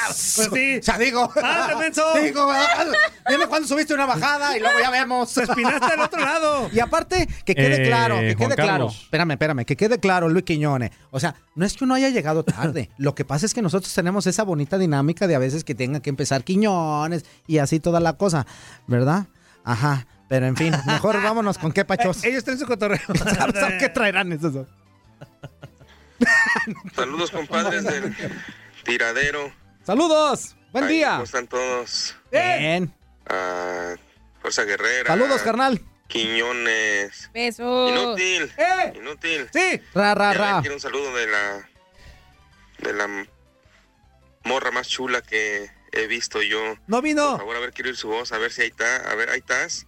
Pues sí.
Ya digo.
¡Ah, menso!
Digo, ah, dime cuándo subiste una bajada y luego ya vemos.
Te espinaste al otro lado.
Y aparte, que quede
Eh,
claro, que
Juan
quede claro.
Carlos.
Espérame, espérame, que quede claro, Luis Quiñones. O sea, no es que uno haya llegado tarde. Lo que pasa es que nosotros tenemos esa bonita dinámica de a veces que tenga que empezar Quiñones y así toda la cosa, ¿verdad? Ajá. Pero en fin, mejor vámonos con qué pachos.
Eh, Ellos traen su cotorreo.
¿Qué traerán esos dos?
Saludos compadres del tiradero.
¡Saludos! ¡Buen
Ahí,
día!
¿Cómo están todos?
Bien.
Ah, Fuerza Guerrera.
Saludos, carnal. Oh.
Quiñones.
Besos.
Inútil.
¡Eh!
Inútil.
Sí. Ra, ra,
Ya
ra.
quiero un saludo de la de la morra más chula que he visto yo.
No
Por
vino.
favor, a ver, quiero oír su voz, a ver si ahí está, a ver, ahí estás.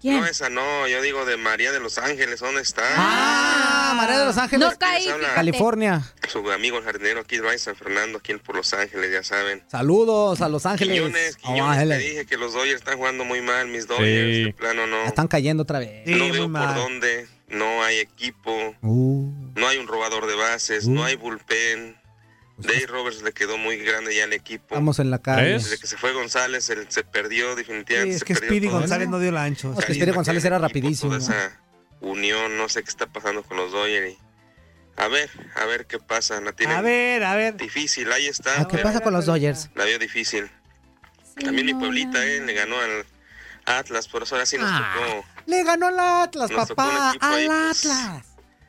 ¿Quién?
No, esa no, yo digo de María de los Ángeles, ¿dónde está?
Ah, María de los Ángeles.
No caí. fíjate.
California.
Su amigo el jardinero aquí de San Fernando, aquí por Los Ángeles, ya saben.
Saludos a Los Ángeles.
Quiñones,
Oh,
Quiñones, te
Ángeles.
dije que los Dodgers están jugando muy mal, mis Dodgers, de plano no.
Están cayendo otra vez.
no veo por dónde, no hay equipo,
Uh,
no hay un robador de bases,
Uh.
no hay bullpen. Dave Roberts le quedó muy grande ya al equipo.
vamos Pues en la calle.
Desde que se fue González, él se perdió definitivamente.
es
se
que
perdió
Speedy
todo.
González no dio el ancho.
No, es que Espíritu González era rapidísimo.
Toda esa unión, no sé qué está pasando con los Dodgers. y- A ver, a ver qué pasa. La tienen
A ver, a ver.
difícil, ahí está.
Ah, ¿Qué
pero
pasa con los Dodgers?
La veo difícil. También mi pueblita, eh, le ganó al Atlas, por eso ahora sí nos
Ah,
tocó
Le ganó al Atlas,
Nos tocó un
papá.
equipo ahí,
Al
pues. Ah,
Atlas.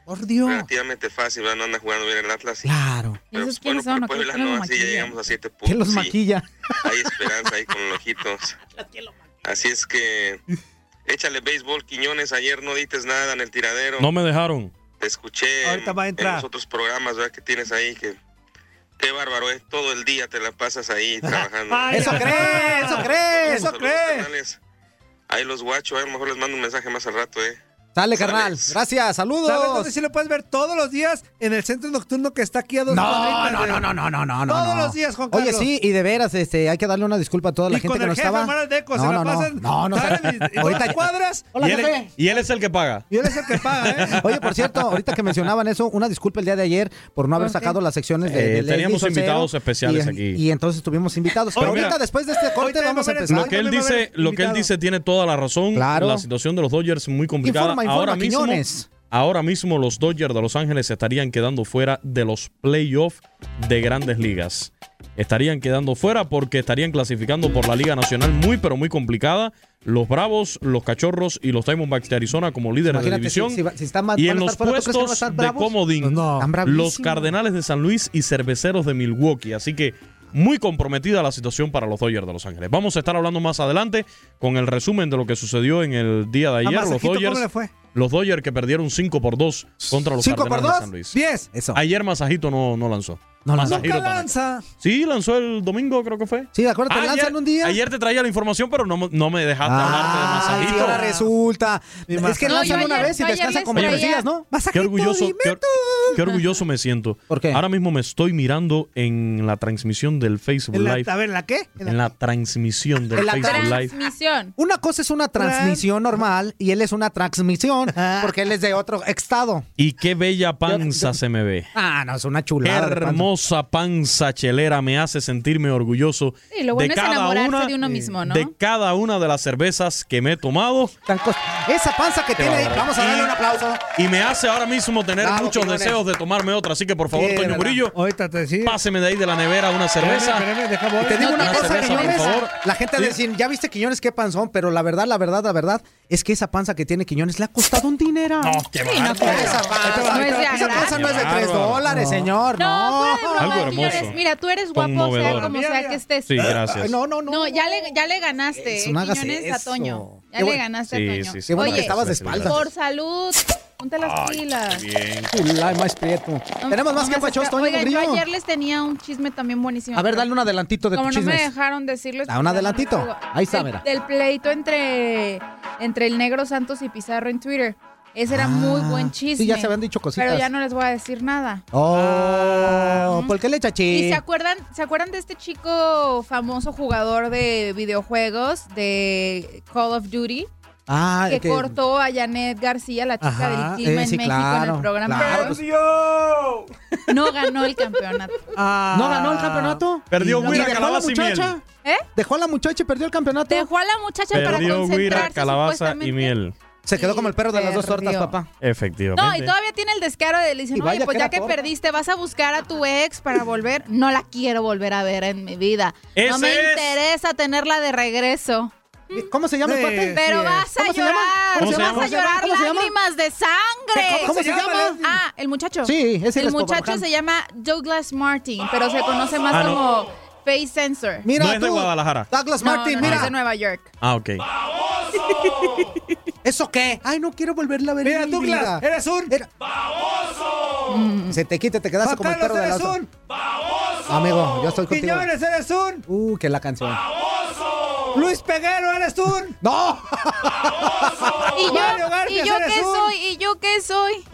Por Dios.
relativamente fácil, ¿verdad? No anda jugando bien el Atlas. y-
Claro.
Pero pues, bueno, por Puebla no, así ya llegamos a siete puntos.
¿Quién los
sí.
maquilla?
Hay esperanza ahí con los ojitos. Así es que échale béisbol, Quiñones. Ayer no dites nada en el tiradero.
No me dejaron.
Te escuché en-
Ahorita va a
en,
entrar.
los otros programas ¿verdad? que tienes ahí. que Qué bárbaro, ¿eh? Todo el día te la pasas ahí trabajando.
Ay,
Eso
ay,
cree,
ay.
eso cree.
Eso
Saludos,
cree.
carnales. Ahí los guacho, ¿eh? a lo mejor les mando un mensaje más al rato, ¿eh?
Sale, carnal. Gracias,
¿Sabes dónde
saludos.
sí lo puedes ver todos los días? En el centro nocturno que está aquí a dos
No,
cuadritas
no,
de-
no, no, no, no, no. no.
Todos los días, Juan
Oye,
Carlos.
sí, y de veras, este, hay que darle una disculpa a toda la
Y
gente
con
que
el
no
jefe
estaba.
Omar Aldeco, se
no,
la
no, no,
pasan-
no, no,
salen y- y dos
ahorita
cuadras.
Hola,
y, él,
jefe.
y él es el que paga.
Y él es el que paga, ¿eh?
Oye, por cierto, ahorita que mencionaban eso, una disculpa el día de ayer por no haber
¿Por qué?
sacado las secciones de,
Eh,
de Leslie
teníamos
Solcero
invitados especiales
y-
aquí.
Y entonces tuvimos invitados. Pero
Oye, mira,
ahorita, después de este corte,
ahorita
vamos a
vamos a
empezar.
Lo que él
también va a
dice,
haber
lo que él
invitado.
dice tiene toda la razón.
Claro.
La situación de los Dodgers es muy complicada.
Informa, informa,
ahora mismo,
Quiñones.
ahora mismo los Dodgers de Los Ángeles estarían quedando fuera de los playoffs de Grandes Ligas. Estarían quedando fuera porque estarían clasificando por la Liga Nacional muy pero muy complicada. Los Bravos, los Cachorros y los Diamondbacks de Arizona como líderes de
Imagínate,
división.
si- si va- si están más-
y
van
en
a
los
estar fuera, ¿tú crees que van a
puestos
estar
de
bravos?
comodín,
Están
los
bravísimos.
Cardenales de San Luis y Cerveceros de Milwaukee. Así que muy comprometida la situación para los Dodgers de Los Ángeles. Vamos a estar hablando más adelante con el resumen de lo que sucedió en el día de
A
ayer. Los
Masajito, ¿cómo
Dodgers,
le fue?
los Dodgers que perdieron 5 por 2 contra los
¿Cinco por
Cardenales
dos?
de San Luis.
10.
Ayer Masajito no, no lanzó. Masahiro
Nunca
Tanaka.
lanza.
Sí, lanzó el domingo, creo que fue.
Sí, de acuerdo, te
Ayer-
lanzan un día.
Ayer te traía la información, pero no, no me dejaste
Ay,
hablarte de
sí, ahora
Masajito.
resulta. Es que
No,
lanzan
yo
una
ayer-
vez y
yo ayer
descansan
les
como tres
traía-
días, ¿no?
Qué orgulloso, qué, or- qué orgulloso me siento. Ahora mismo me estoy mirando en la transmisión del Facebook
En la-
Live.
a ver, ¿la qué? En
En la transmisión del
En la
Facebook Live.
Transmisión.
Una cosa es una transmisión normal y él es una transmisión porque él es de otro estado.
Y qué bella panza se me ve.
Ah, no, es una
Qué
chulada. de panza.
hermosa panza chelera me hace sentirme orgulloso
Sí, lo bueno
de
es
cada
enamorarse
una
de uno mismo, ¿no?
de cada una de las cervezas que me he tomado.
Esa panza que
Qué
tiene,
bárbaro.
vamos a darle un aplauso.
Y me hace ahora mismo tener
Bravo,
muchos
Quiñones.
deseos de tomarme otra. Así que, por favor,
Sí,
Toño
verdad.
Murillo, páseme de ahí de la nevera una cerveza.
Y te digo
No,
una
una
cosa,
cerveza,
Quiñones.
por favor.
La gente va a decir, ya viste Quiñones qué panzón, pero la verdad, la verdad, la verdad es que esa panza que tiene Quiñones le ha costado un dinero. No,
qué
Esa panza
No es de
esa panza no es de
agrado.
3 dólares,
No.
señor. No,
Fuera de broma, Quiñones, Mira, tú eres guapo, sea
Conmovedor.
como sea que estés.
Sí, gracias.
Ay, No, no, no.
No, ya le, ya le ganaste,
Eso,
eh,
no hagas
Quiñones, a
eso.
Toño. Ya
Qué
le
bueno.
ganaste
Sí,
a Toño.
sí, sí, Qué bueno que
Oye,
estabas de espaldas.
Por salud, ponte las pilas.
Bien.
Chulay, más prieto.
No,
Tenemos
no
más
me
que pachos,
acerca-
Toño
Oigan, yo
Murillo.
ayer les tenía un chisme también buenísimo.
A ver,
pero
dale un adelantito de
Como
tus
no me
chismes.
dejaron decirles.
Ah, un adelantito. Ahí está,
del-
mira.
Del pleito entre, entre el negro Santos y Pizarro en Twitter. Ese era muy buen chisme.
Ah, Sí, ya se habían dicho cositas.
Pero ya no les voy a decir nada.
Oh, ¿por qué le
¿Y
chachi?
se acuerdan, se acuerdan de este chico famoso jugador de videojuegos de Call of Duty?
Ah,
que, cortó a Janet García, la chica del
Ajá,
clima
eh,
en
sí,
México en
claro,
el programa.
claro,
No ganó el campeonato.
¿No ganó el campeonato?
Perdió
¿Y no-
Huira,
y dejó a la
calabaza y miel.
muchacha?
¿Eh?
¿Dejó a la muchacha y perdió el campeonato?
Dejó a la muchacha para
Perdió Guira,
concentrarse.
calabaza y
supuestamente.
miel.
Se quedó como el perro de las dos tortas,
perdió.
papá.
Efectivamente.
No, y todavía tiene el descaro de le
Y
dicen,
vaya
oye, pues
que
ya
era
que
torta".
perdiste, vas a buscar a tu ex para volver. No la quiero volver a ver en mi vida.
Ese
no me
es-
interesa tenerla de regreso.
¿Cómo se llama el
Sí,
cuate?
Pero
Sí,
vas
¿cómo
a
se llama?
llorar,
¿Cómo se llama?
vas a llorar
¿Cómo se llama?
lágrimas de sangre.
¿Cómo- cómo se llama, Leslie?
Ah, el muchacho.
Sí, ese
El
les
muchacho
Popomoján.
se llama Douglas Martin, pero se conoce más
Ah, no.
como Face Sensor.
Mira
No es de
tú,
Guadalajara.
Douglas
No,
Martin,
no, no,
mira.
es de Nueva York.
Ah, ok.
¿Eso qué? Ay, no quiero volverla a ver.
Mira,
en mi
Douglas,
vida.
eres un.
Se te quita, te quedaste
Juan
como el
Carlos,
perro de
eres
las
un.
Amigo, yo estoy contigo.
Quiñones, eh. eres un.
Uh, que la canción.
Luis Peguero, eres un.
¡No!
¿Y yo,
Mario
¿y
García,
yo
eres
qué
un.
soy? ¿Y yo qué soy?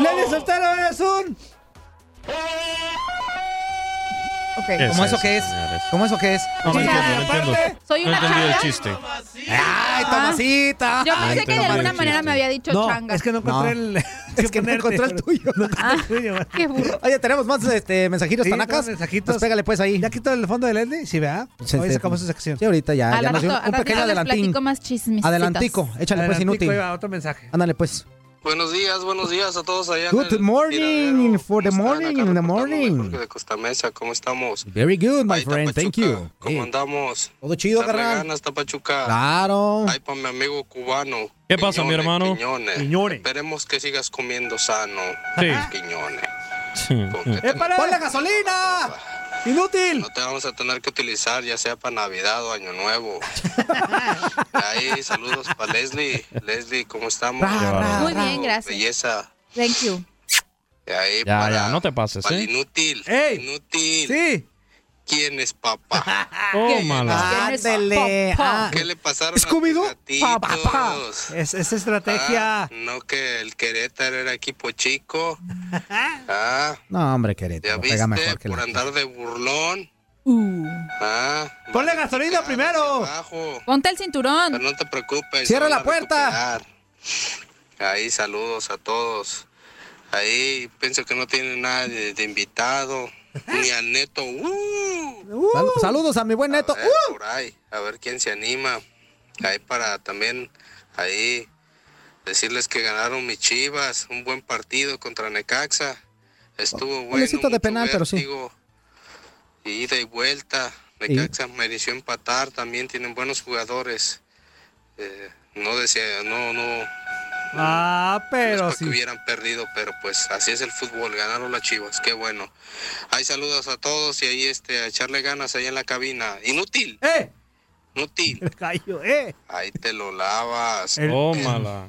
Lenny Soltero, eres un.
Ok.
¿Cómo eso qué es? ¿Cómo eso qué es?
No, no
Sí.
entiendo, no entiendo.
Soy
No
una
entendí el
changa.
chiste.
¡Ay, Tomasita!
Ah. Yo
Ay,
pensé que de
Tomás,
alguna
sí,
manera
sí.
me había dicho
No,
changa.
es que no
encontré
el. Es que no encontré el tuyo. Ah,
Qué burro.
Oye, tenemos más este, mensajitos
Sí,
tanacas.
tenemos mensajitos.
Pues pégale pues ahí.
¿Ya quito el fondo de Lenny? Sí, ¿verdad? Hoy sacamos esa sección.
Sí, ahorita ya.
Al
ya nos dio
ratito, al
un,
ratito
pequeño
les
adelantín.
platico más chismes.
Adelantico, échale pues
Adelantico,
inútil.
ahí va, otro mensaje.
Ándale pues.
Buenos días, buenos días a todos allá. en
Good
el
morning, for the morning, in the
Parque
morning.
de Costa Mesa, ¿cómo estamos?
Very good, my friend,
pues,
thank you.
¿Cómo
Hey,
andamos?
Todo chido,
Echarle
carnal.
ganas, Tapachuca.
Claro.
Ay, para mi amigo cubano.
¿Qué pasa, mi
Quiñones,
hermano?
Quiñones.
Quiñones.
Esperemos que sigas comiendo sano.
Sí.
Quiñones.
¡Épale!
¡Ponle gasolina! ¡Inútil!
No te vamos a tener que utilizar, ya sea para Navidad o Año Nuevo. Ahí, saludos para Leslie. Leslie, ¿cómo estamos?
Ra, ra,
Muy ra. bien, gracias.
Belleza.
Thank you.
De ahí
Ya,
para
ya, no te pases,
Pal
¿eh?
inútil. Inútil.
Sí.
¿Quién es papá?
Oh,
Tómala.
Ándale. ah.
¿Qué le pasaron a tus
Pa, pa, pa.
gatitos?
Es, es estrategia.
Ah, no que el Querétaro era equipo chico. Ah,
No, hombre,
ya
Querétaro,
viste,
pega mejor que
por
la...
andar de burlón.
Uh.
Ah,
Ponle gasolina primero.
abajo.
Ponte el cinturón.
Pero no te preocupes.
Cierra
se van
la
a
puerta.
recuperar. Ahí, saludos a todos. Ahí, pienso que no tiene nada de, de invitado. Ni a Neto. ¡Uh!
Sal- Saludos a mi buen neto. ¡Uh!
ver, Eh, por ahí, a ver quién se anima. Ahí para también, ahí, decirles que ganaron mis chivas, un buen partido contra Necaxa. Estuvo bueno.
golecito de
mucho
penal, pero sí.
vértigo, Ida y vuelta. Necaxa mereció empatar, también tienen buenos jugadores. Eh, no desea, no, no,
Ah, pero
no es porque
sí.
hubieran perdido, pero pues así es el fútbol, ganaron las Chivas, qué bueno. Hay saludos a todos y ahí este, a echarle ganas ahí en la cabina. Inútil.
¡Eh!
Inútil.
El gallo, ¡eh!
Ahí te lo lavas.
Tómala.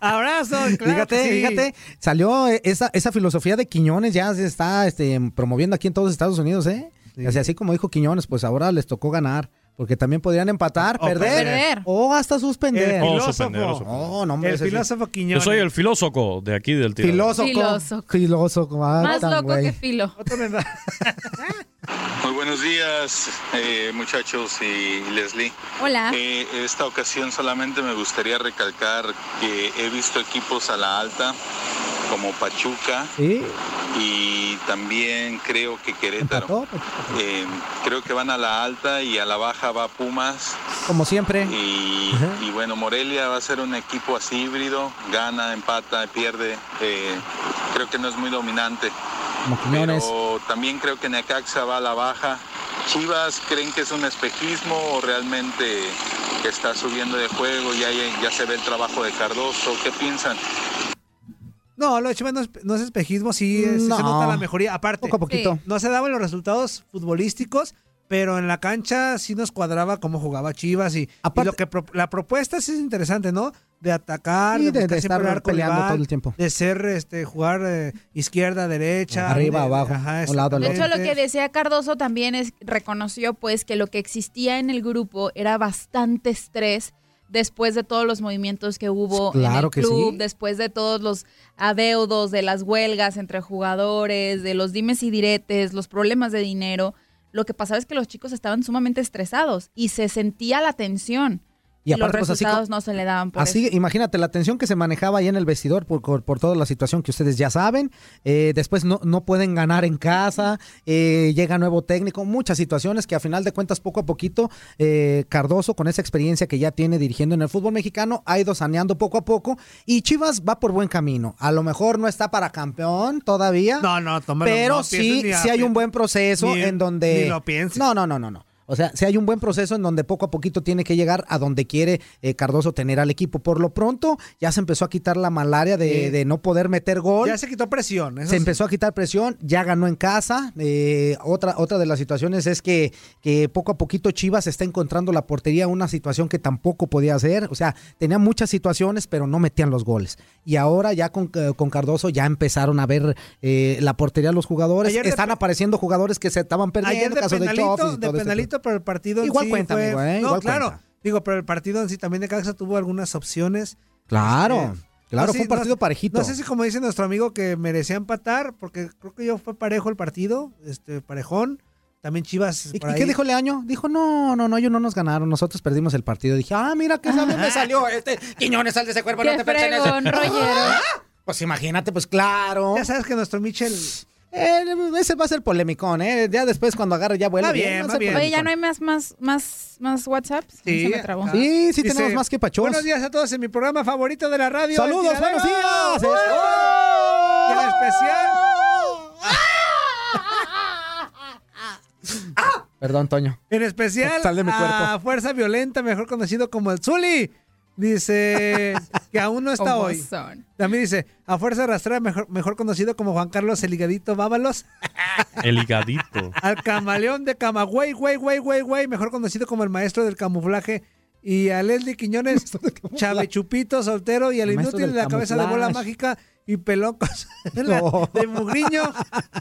Abrazo,
claro
Fíjate,
que sí.
fíjate, salió esa, esa filosofía de Quiñones, ya se está este, promoviendo aquí en todos Estados Unidos, ¿eh? Así, así como dijo Quiñones, pues ahora les tocó ganar, porque también podrían empatar,
O
perder,
perder.
o hasta suspender.
El O filósofo. suspender, o suspender.
No, no, hombre,
El
ese sí.
filósofo
Yo soy el filósofo de aquí del tiradero.
Filósofo.
Filósofo.
Filósofo, ah,
Más
tan
loco
güey.
que filo.
Muy buenos días, eh, muchachos y Leslie.
Hola.
Eh, esta ocasión solamente me gustaría recalcar que he visto equipos a la alta como Pachuca
Sí.
y también creo que Querétaro.
Empató, Pachuca.
Eh, creo que van a la alta y a la baja va Pumas.
Como siempre.
Y, y bueno, Morelia va a ser un equipo así híbrido, gana, empata, pierde. Eh, creo que no es muy dominante.
Como Quiñones.
Pero también creo que Necaxa va a la baja. Chivas, ¿creen que es un espejismo o realmente que está subiendo de juego? Ya, hay- ya se ve el trabajo de Cardoso. ¿Qué piensan?
No, lo de Chivas no es, no es espejismo, sí, eh, sí
No.
se nota la mejoría. Aparte,
Poco a poquito. Sí.
no se daban los resultados futbolísticos, pero en la cancha sí nos cuadraba cómo jugaba Chivas y, y lo que pro- la propuesta sí es interesante, ¿no? De atacar,
Sí, de-
buscar
de
siempre
estar
arco
peleando
rival,
todo el tiempo.
De ser, este, jugar eh, izquierda, derecha.
Arriba,
de-
abajo,
ajá,
un lado, al
De
otro.
hecho, lo que decía Cardoso también es reconoció pues que lo que existía en el grupo era bastante estrés después de todos los movimientos que hubo en
Claro
el
que
club,
sí.
después de todos los adeudos, de las huelgas entre jugadores, de los dimes y diretes, los problemas de dinero. Lo que pasaba es que los chicos estaban sumamente estresados y se sentía la tensión.
Y
Y, los
aparte, pues, así
resultados
co-
no se le daban por
Así,
eso.
imagínate la tensión que se manejaba ahí en el vestidor por, por, por toda la situación que ustedes ya saben. Eh, después no, no pueden ganar en casa, eh, llega nuevo técnico, muchas situaciones que a final de cuentas poco a poquito eh, Cardoso con esa experiencia que ya tiene dirigiendo en el fútbol mexicano ha ido saneando poco a poco y Chivas va por buen camino. A lo mejor no está para campeón todavía.
No, no, tómalo,
Pero
no pienses
sí,
ni a-
sí hay un buen proceso
ni-
en donde...
ni lo pienses.
No, no, no, no, no. O sea, si hay un buen proceso en donde poco a poquito tiene que llegar a donde quiere eh, Cardoso tener al equipo. Por lo pronto, ya se empezó a quitar la malaria de,
Sí.
de no poder meter gol.
Ya se quitó presión. eso
Se
sí.
empezó a quitar presión, ya ganó en casa. Eh, otra, otra de las situaciones es que, que poco a poquito Chivas está encontrando la portería, una situación que tampoco podía hacer. O sea, tenía muchas situaciones, pero no metían los goles. Y ahora ya con, eh, con Cardoso ya empezaron a ver eh, la portería de los jugadores.
Ayer de
Están
pe-
apareciendo jugadores que se estaban perdiendo.
Ayer de
caso de
penalito,
Chofis y
de
todo este
penalito, pero el partido en
Igual
sí
cuenta,
fue-
amigo, ¿eh?
No,
Igual
claro.
cuenta.
Digo, pero el partido en sí también de Caxa tuvo algunas opciones.
Claro,
Este,
claro,
no sé-
fue un partido
no-
parejito.
No sé si como dice nuestro amigo que merecía empatar, porque creo que yo fue parejo el partido, este parejón. También Chivas.
¿Y,
por
y
ahí.
qué dijo Leaño? Dijo, no, no, no, ellos no nos ganaron, nosotros perdimos el partido. Dije, ah, mira qué sabio me salió este Quiñones, sal de ese cuerpo, no
Qué
te pertenece.
fregón, Roger.
Ah, Pues imagínate, pues claro. Ya
sabes que nuestro Michel...
ese va a ser polemicón, ¿eh? Ya después cuando agarre ya vuelve.
Va bien,
va a
va
ser
bien. Oye, ya
polemicón.
no hay más, más, más, más WhatsApps.
Sí,
se me trabó.
acá. Sí, sí
Dice,
tenemos más que pachos.
Buenos días a todos en mi programa favorito de la radio.
Saludos,
El
buenos
Tiradero".
días.
¡Wow! Y en especial,
Perdón, Toño.
en especial
Sal de mi
a
cuerpo.
Fuerza Violenta, mejor conocido como el Zuli. Dice que aún no está
¿Cómo
hoy.
son?
También dice, a Fuerza Rastrera, mejor, mejor conocido como Juan Carlos El Higadito Bábalos.
El higadito.
al camaleón de Camagüey, güey, güey, güey, güey, mejor conocido como el maestro del camuflaje, y a Leslie Quiñones, Chave Chupito, soltero, y al
El maestro
inútil de
del
la cabeza de bola
camuflaje.
mágica y pelocos
No.
de mugriño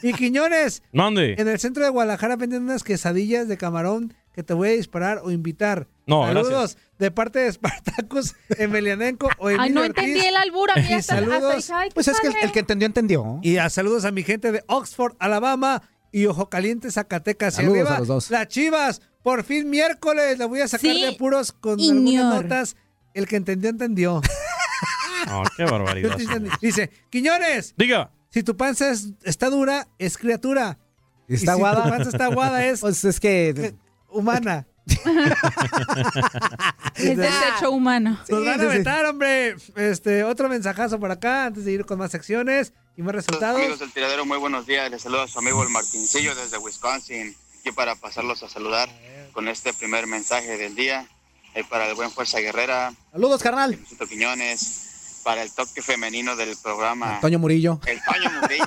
y Quiñones.
Mande.
En el centro de Guadalajara venden unas quesadillas de camarón que te voy a disparar o invitar.
No,
Saludos
gracias.
de parte de Spartacus, Emelianenko o Emilio
Ay, no
Ortiz.
entendí el albur. A mí
Y
hasta,
saludos.
hasta dije, ay, qué
Pues es que el,
padre.
el que entendió, entendió.
Y a saludos a mi gente de Oxford, Alabama y Ojo Caliente, Zacatecas. Y
Saludos
arriba,
a los dos.
Las chivas, por fin miércoles, la voy a sacar
Sí,
de puros con algunas
iñor.
notas. El que entendió, entendió.
No, Ah, qué barbaridad. señor.
Dice, Quiñones.
Diga.
Si tu panza es- está dura, es criatura.
Y
Y
Está
si
aguada.
tu panza está aguada, es eh,
Pues es que.
humana.
Es desecho humano.
Nos van a vetar, hombre. Este, otro mensajazo por acá antes de ir con más secciones y más
Amigos
resultados.
del tiradero, muy buenos días. Les saluda su amigo el Martincillo desde Wisconsin, aquí para pasarlos a saludar con este primer mensaje del día. eh, para el buen Fuerza Guerrera,
Saludos, carnal.
Luisito Quiñones, para el toque femenino del programa.
Toño Murillo.
El Toño Murillo.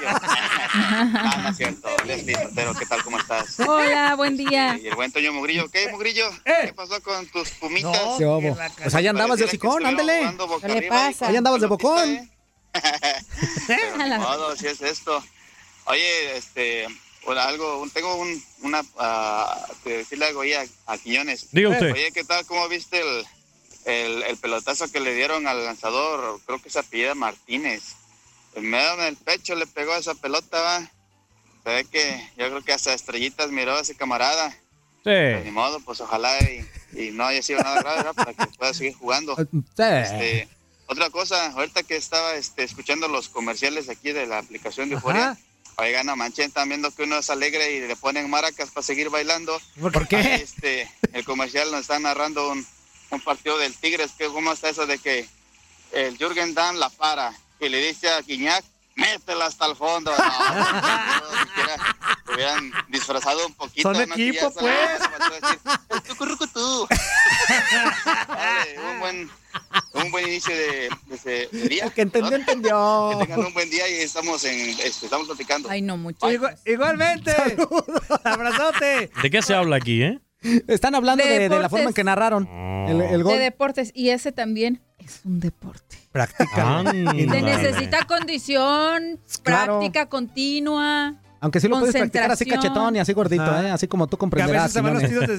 no, no es cierto. Leslie Sotero, ¿qué tal? ¿Cómo estás?
Hola, buen día.
Y el buen Toño Mugrillo,
Eh,
¿qué, Mugrillo? ¿Qué pasó con tus pumitas?
No, qué bobo. Pues ahí andabas de hocicón, ándale.
¿Qué le pasa?
Ahí andabas de bocón.
Pero ni modo, así es esto. Oye, este, hola, algo, un- tengo un, una, ah, te decirle algo ahí a, a Quiñones.
Diga usted.
Oye, ¿qué tal? ¿Cómo viste el, el, el pelotazo que le dieron al lanzador? Creo que se apellida Martínez. El medio en el pecho le pegó esa pelota, va. Se ve que yo creo que hasta estrellitas miró a ese camarada. Pues ni
Sí.
modo, pues ojalá y, y no haya sido nada grave, ¿verdad? Para que pueda seguir jugando. Este, otra cosa, ahorita que estaba este, escuchando los comerciales aquí de la aplicación de
Ah,
Euforia, oigan, no manchen, están viendo que uno es alegre y le ponen maracas para seguir bailando.
¿Por
qué? este, el comercial nos está narrando un, un partido del Tigres, que cómo está eso de que el Jürgen Dan la para y le dice a Guiñac, métela hasta el fondo. No, no, ni siquiera lo hubieran disfrazado un poquito.
Son
¿no? Que ya
equipo,
se la-
pues.
Tucurucutú. Vale, un buen un buen inicio de, de ese día.
Que entendió, entendió.
Que tengan un buen día y estamos en este, estamos platicando.
Oh. Ay, no, mucho.
Igua- igualmente. Abrazote.
¿De qué se habla aquí, eh?
Están hablando
De
de, de la
deportes.
forma en que narraron el, el
De
gol.
deportes. Y ese también es un deporte.
Ándale.
Te necesita condición,
Claro.
práctica continua.
Aunque sí lo puedes practicar así
concentración.
cachetón y así gordito,
Ajá.
¿eh? así como tú
Que a
comprenderás.
veces se van los
Quiñones.
tiros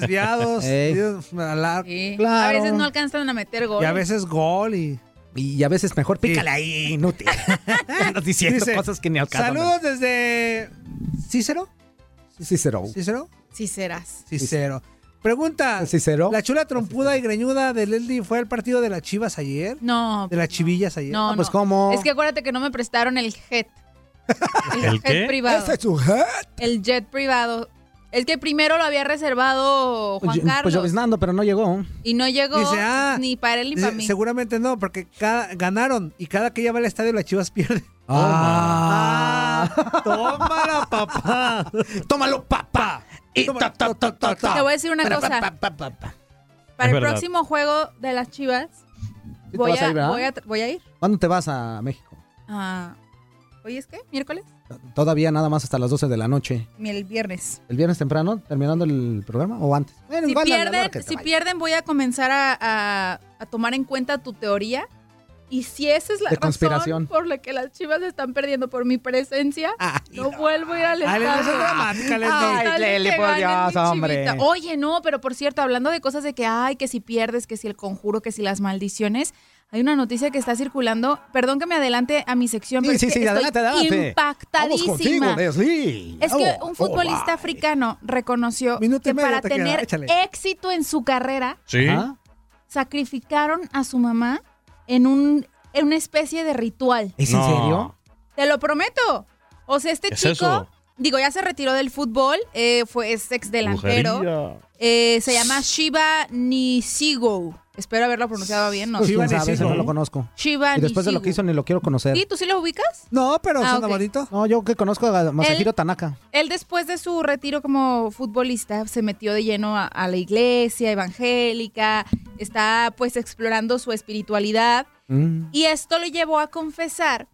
desviados.
Ey.
tiros a la-
Sí.
Claro.
A veces no alcanzan a meter gol.
Y a veces gol y...
Y a veces mejor pícale ahí, inútil. Andas diciendo
Dice,
cosas que ni al caso.
Saludos desde Cícero.
Cicero.
Cícero.
Sí serás.
Cícero. Pregunta.
Cicero.
La chula trompuda y greñuda de Leslie fue al partido de las Chivas ayer.
No.
De las Chivillas ayer.
Ah,
No,
pues,
no. Es que acuérdate que no me prestaron el jet. El, jet privado.
¿Ese es su hat?
El jet privado. Es que primero lo había reservado Juan
Pues, yo-
Carlos.
pues lloviznando, pero no llegó.
y no llegó
Dice, ah,
ni para él ni
Dice,
para mí.
seguramente no, porque cada- ganaron y cada que ella va al estadio las Chivas pierden. Ah, tómala, papá.
Tómalo, papá. Y ta, ta, ta, ta, ta.
Te voy a decir una
Pero
cosa.
pa, pa, pa, pa.
Para el
Es verdad.
próximo juego de las Chivas,
te
voy,
vas a
a,
ir, ¿verdad?
voy, a, voy a ir.
¿Cuándo te vas a México?
Ah, ¿Hoy es qué? ¿Miércoles?
Todavía nada más hasta las 12 de la noche.
El viernes.
¿El viernes temprano, terminando el programa o antes? Bueno,
si
igual, a la hora
pierden,
que te
si
vaya.
pierden, voy a comenzar a, a- a tomar en cuenta tu teoría. Y si esa es la
De
razón
conspiración.
por la que las chivas están perdiendo por mi presencia, no, vuelvo a ir al
Ay,
estadio.
eso es dramática, Leslie.
Ay,
Ay,
dale
Leli,
que
por
ganen mi
Dios, hombre.
chivita. Oye, no, pero por cierto, hablando de cosas de que, ay, que si pierdes, que si el conjuro, que si las maldiciones, hay una noticia que está circulando. Perdón que me adelante a mi sección,
Sí,
pero es
sí,
que
sí,
estoy
adelante, adelante. Vamos
impactadísima.
contigo, Leslie.
Es que
Vamos.
un futbolista africano reconoció
Minuto y
que
medio
para
te queda,
tener
échale.
éxito en su carrera,
Sí.
Ajá.
sacrificaron a su mamá en, un, en una especie de ritual.
¿Es en serio?
Te lo prometo. O sea, este
¿Qué es
chico,
eso?
digo, ya se retiró del fútbol, eh, fue es ex delantero. Eh, se llama Shiva Nisigo. Espero haberlo pronunciado bien, no
Pues,
sé.
¿quién sabe? Ese no lo conozco.
Shiva
y después de lo
Nisigo.
que hizo ni lo quiero conocer.
¿Sí? ¿Tú sí lo ubicas?
No, pero
Ah,
suena
ok.
bonito.
No, yo que conozco a Masahiro Tanaka.
Él después de su retiro como futbolista se metió de lleno a, a la iglesia evangélica, está pues explorando su espiritualidad
Mm.
y esto lo llevó a confesar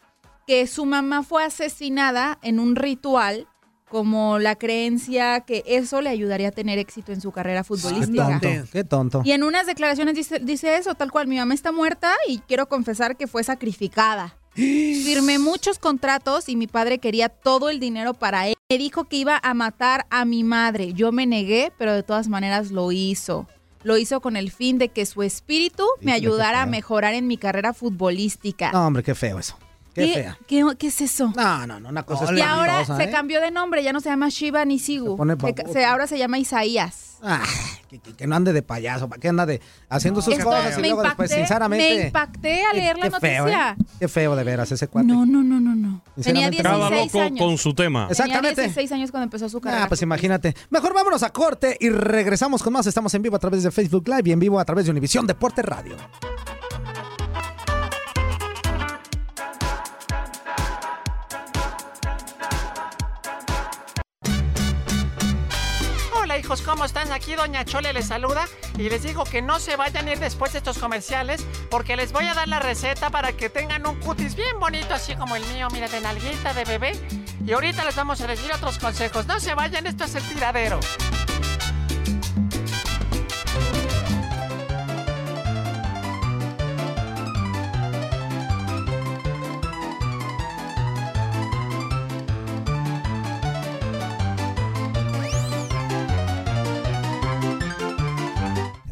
que su mamá fue asesinada en un ritual como la creencia que eso le ayudaría a tener éxito en su carrera
Qué
futbolística.
tonto, qué tonto.
Y en unas declaraciones dice, dice eso, tal cual, mi mamá está muerta y quiero confesar que fue sacrificada. Firmé muchos contratos y mi padre quería todo el dinero para él. Me dijo que iba a matar a mi madre. Yo me negué, pero de todas maneras lo hizo. Lo hizo con el fin de que su espíritu me
Híjole, qué
ayudara a
feo.
mejorar en mi carrera futbolística.
No, hombre, qué feo eso. Qué,
¿Qué,
fea.
qué, qué es eso?
No, no, no, una cosa
y ahora
espantosa,
se
¿eh?
cambió de nombre, ya no se llama Shiva ni Sigu.
Se pone
Se ca-
baboso.
se- ahora se llama Isaías.
Ah, que, que- que no ande de payaso, ¿para qué anda de haciendo sus
Esto
cosas? Y
me
luego después,
impacté,
sinceramente.
me impacté al leer la
qué feo,
noticia.
¿eh? Qué feo de veras ese cuate.
No, no, no, no, no. Tenía
Sinceramente,
16
Cada loco
años.
con su tema.
Exactamente.
Tenía 16 años cuando empezó su carrera.
Ah, pues imagínate. Mejor vámonos a corte y regresamos con más. Estamos en vivo a través de Facebook Live y en vivo a través de Univisión Deporte Radio.
Hola, hijo
amigos, ¿cómo están? Aquí Doña Chole les saluda y les digo que no se vayan a ir después de estos comerciales porque les voy a dar la receta para que tengan un cutis bien bonito así como el mío, mira, de nalguita de bebé. Y ahorita les vamos a decir otros consejos. No se vayan, esto es el tiradero.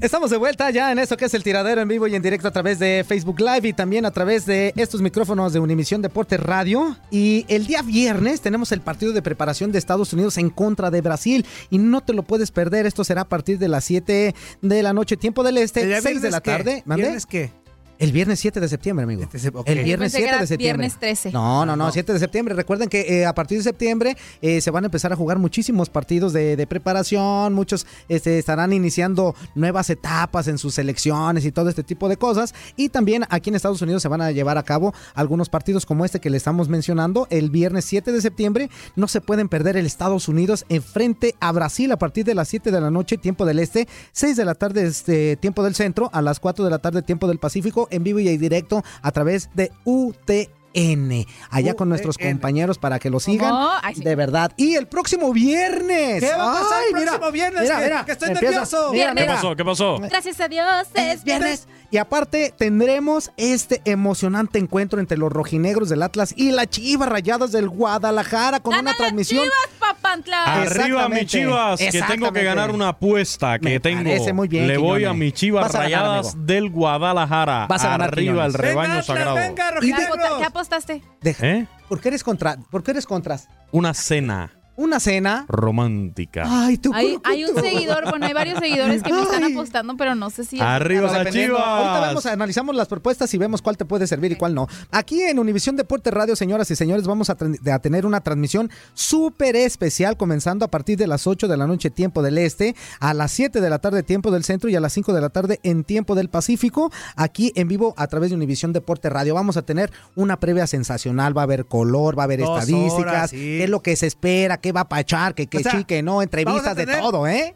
Estamos de vuelta ya en esto que es el tiradero en vivo y en directo a través de Facebook Live y también a través de estos micrófonos de Univisión Deporte Radio. Y el día viernes tenemos el partido de preparación de Estados Unidos en contra de Brasil y no te lo puedes perder. Esto será a partir de las 7 de la noche, tiempo del este,
¿El día
6 de
viernes
la
qué?
tarde. ¿Mande?
¿Viernes qué? Este
El viernes 7 de septiembre, amigo. El viernes
Yo pensé que
7
era
de septiembre.
viernes 13.
No, no, no, 7 de septiembre. Recuerden que eh, a partir de septiembre eh, se van a empezar a jugar muchísimos partidos de, de preparación. Muchos este, estarán iniciando nuevas etapas en sus selecciones y todo este tipo de cosas. Y también aquí en Estados Unidos se van a llevar a cabo algunos partidos como este que le estamos mencionando. El viernes 7 de septiembre no se pueden perder el Estados Unidos enfrente a Brasil a partir de las 7 de la noche, tiempo del este, 6 de la tarde, este, tiempo del centro, a las 4 de la tarde, tiempo del Pacífico, en vivo y en directo a través de UTN allá con nuestros compañeros para que lo sigan
Ay, sí.
de verdad y el próximo viernes
¿Qué va a pasar el
Ay, mira,
próximo viernes?
mira,
Que-
mira,
que estoy
empieza-
nervioso.
mira,
¿Qué
mira.
pasó? ¿Qué pasó?
Gracias a Dios, es viernes.
Y aparte tendremos este emocionante encuentro entre los rojinegros del Atlas y las Chivas Rayadas del Guadalajara con una transmisión
Chivas, Papantla.
Arriba mis chivas, que tengo que ganar una apuesta que tengo.
parece muy bien,
Le voy a
Quiñones.
mis chivas
Vas a ganar,
rayadas
amigo.
del Guadalajara.
Vas a ganar,
Arriba el
Quiñones.
rebaño sagrado.
¿Qué, apota- qué apostaste?
Deja.
¿Eh?
¿Por qué eres contra? ¿Por qué eres contras?
Una cena
Una cena.
romántica.
Ay, tú.
Hay, hay un seguidor, bueno, hay varios seguidores que me están apostando, pero no sé si.
Arriba las
Dependiendo. Ahorita
Chivas.
vemos, analizamos las propuestas y vemos cuál te puede servir y cuál no. Aquí en Univisión Deporte Radio, señoras y señores, vamos a, tren- a tener una transmisión súper especial comenzando a partir de las 8 de la noche tiempo del este, a las 7 de la tarde tiempo del centro y a las 5 de la tarde en tiempo del Pacífico, aquí en vivo a través de Univisión Deporte Radio. Vamos a tener una previa sensacional, va a haber color, va a haber
Dos
estadísticas,
horas, sí.
qué es lo que se espera, qué va a pachar, que, que
O sea,
sí, que no, entrevistas
vamos a
de
tener-
todo, ¿eh?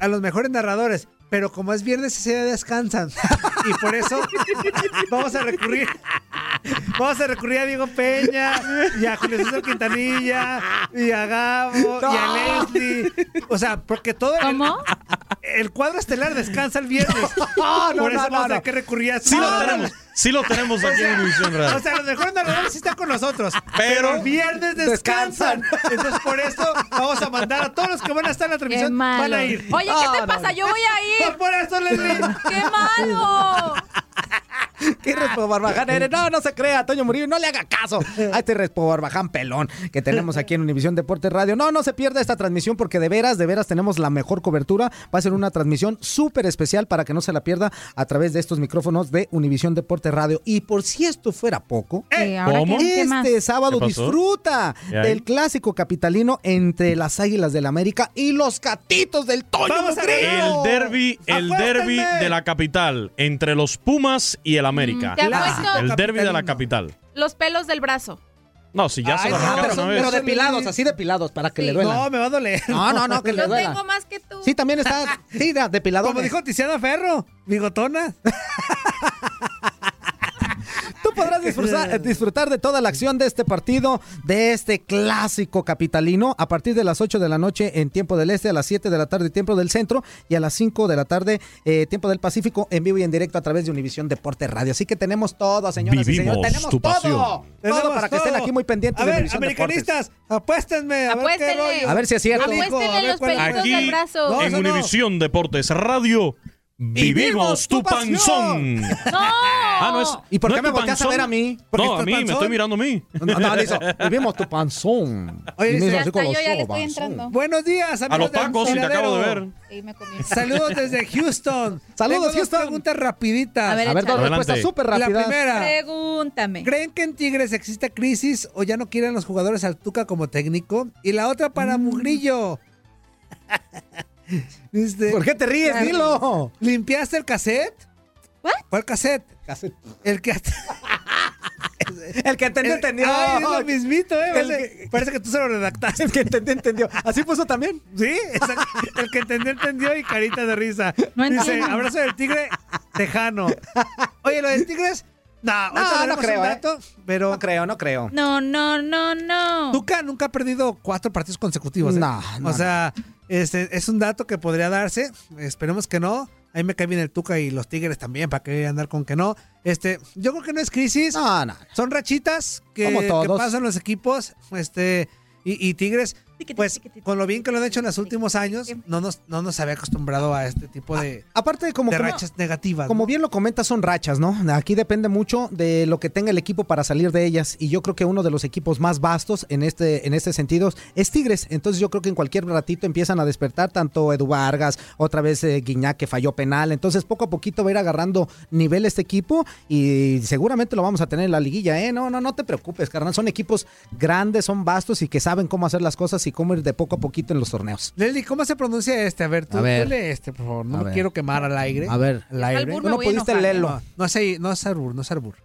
A los mejores narradores. Pero como es viernes, ese día descansan. Y por eso vamos a recurrir. Vamos a recurrir a Diego Peña y a Julio César Quintanilla y a Gabo y a Leslie. O sea, porque todo el, el cuadro estelar descansa el viernes.
No, no,
por eso
no,
vamos
no,
a
no.
que recurrir a
Sí lo tenemos, sí lo tenemos aquí en Univisión Radio.
O sea, los mejores narradores sí están con nosotros.
Pero-
Pero el viernes descansan. Entonces, por eso vamos a mandar a todos los que van a estar en la
Qué
transmisión.
malo.
Van a ir.
Oye,
Ah,
¿qué te
no,
pasa?
no.
Yo voy a ir.
Pues Por eso, Leslie.
¡Qué malo!
¿Qué Respo Barbaján eres? No, no se crea, Toño Murillo, no le haga caso a este Respo Barbaján pelón que tenemos aquí en Univisión Deporte Radio. No, no se pierda esta transmisión porque de veras, de veras tenemos la mejor cobertura. Va a ser una transmisión súper especial para que no se la pierda a través de estos micrófonos de Univisión Deporte Radio. Y por si esto fuera poco,
Eh, ¿ahora ¿Cómo? qué? ¿Qué más?
este sábado
¿Qué pasó?
disfruta
¿Y ahí?
del clásico capitalino entre las Águilas del América y los Catitos del Toño
El
Murillo.
derby, el derby de la capital entre los Pumas y el América.
Mm, te apuesto.
El derby de la capital.
Los pelos del brazo.
No, si ya se
Ay,
lo
no,
arrancaron
Ah, pero-
una vez.
pero depilados, así depilados, para que le duela.
No, me va a doler.
No, no, no, que le
Yo
duela.
tengo más que tú.
Sí, también está sí, da- depilado.
Como dijo Tiziana Ferro, bigotona.
Tú podrás disfrutar, eh, disfrutar de toda la acción de este partido, de este clásico capitalino, a partir de las 8 de la noche en tiempo del este, a las 7 de la tarde tiempo del centro y a las 5 de la tarde eh, tiempo del Pacífico, en vivo y en directo a través de Univisión Deporte Radio. Así que tenemos todo, señoras y
Vivimos
señores. Tenemos
tu
todo.
pasión.
Todo
Tenemos
para que estén
todo.
aquí muy pendientes
A
de
ver,
Univisión Deportes.
americanistas, apuéstenme. A ver, qué
Apuéstenle.
rollo.
A ver si es cierto.
Yo digo,
Apuéstenle
a ver
los
cuál-
pelitos
Aquí
del brazo.
en
No, eso no.
Univisión Deportes Radio vivimos tu panzón.
¡No!
Ah, no es.
¿Y por
no
qué
es
me
tu
volteas a
panzón.
ver a mí? Porque
No,
estoy
a mí, me
panzón.
estoy mirando a mí.
No, no, le hizo, "Y vimos tu panzón.
Oye,
Y me hizo
dice,
así con los ojos, panzón.
Buenos días, amigos.
A los
del
tacos, si te acabo de
tiradero.
ver.
Sí, me comí.
Saludos desde Houston.
Saludos,
Tengo
Houston.
Dos preguntas rapiditas.
A ver, A ver, dos échale.
respuestas Adelante.
súper rápidas.
La primera.
Pregúntame.
¿Creen que en Tigres exista crisis o ya no quieren los jugadores al Tuca como técnico? Y la otra
Mm.
para Mugrillo. Este,
¿Por qué te ríes? Dilo.
¿Limpiaste el cassette? ¿Cuál cassette? El que...
El que entendió, entendió.
Ay, es lo mismito, ¿eh?
El
Vale.
que-
Parece que tú se lo redactaste.
El que entendió, entendió. ¿Así puso también?
Sí, exacto. El que entendió, entendió y carita de risa.
No
Dice,
entiendo.
abrazo del tigre tejano. Oye, lo del tigre es... No, ahorita
No, no
veremos un
creo, ¿eh?
dato, pero...
No creo, no creo.
No, no, no, no.
Tuca nunca ha perdido cuatro partidos consecutivos. ¿eh?
No, no,
O sea, este, es un dato que podría darse. Esperemos que no. Ahí me cae bien el Tuca y los Tigres también, para que andar con que no. Este, yo creo que no es crisis.
Ah, No, no.
Son rachitas que,
Como
que
todos.
pasan los equipos. Este, y, y Tigres, pues con lo bien que lo han hecho en los últimos años, no nos, no nos había acostumbrado a este tipo de,
Aparte de como
de
que no-
rachas negativas.
Como
¿no?
bien lo comentas, son rachas, ¿no? Aquí depende mucho de lo que tenga el equipo para salir de ellas. Y yo creo que uno de los equipos más vastos en este, en este sentido es Tigres. Entonces yo creo que en cualquier ratito empiezan a despertar tanto Edu Vargas, otra vez eh, Guiñac que falló penal. Entonces poco a poquito va a ir agarrando nivel este equipo y seguramente lo vamos a tener en la liguilla, ¿eh? No, no, no te preocupes, carnal. Son equipos grandes, son vastos y que saben cómo hacer las cosas y cómo ir de poco a poquito en los torneos.
Leslie, ¿cómo se pronuncia este? A ver, tú,
A ver.
tú lee este, por favor.
A
No me
ver.
quiero quemar al aire.
A ver.
Al aire.
albur me No voy a pudiste enojar, ¿eh? leerlo.
No, no es, no es arbur, no es arbur.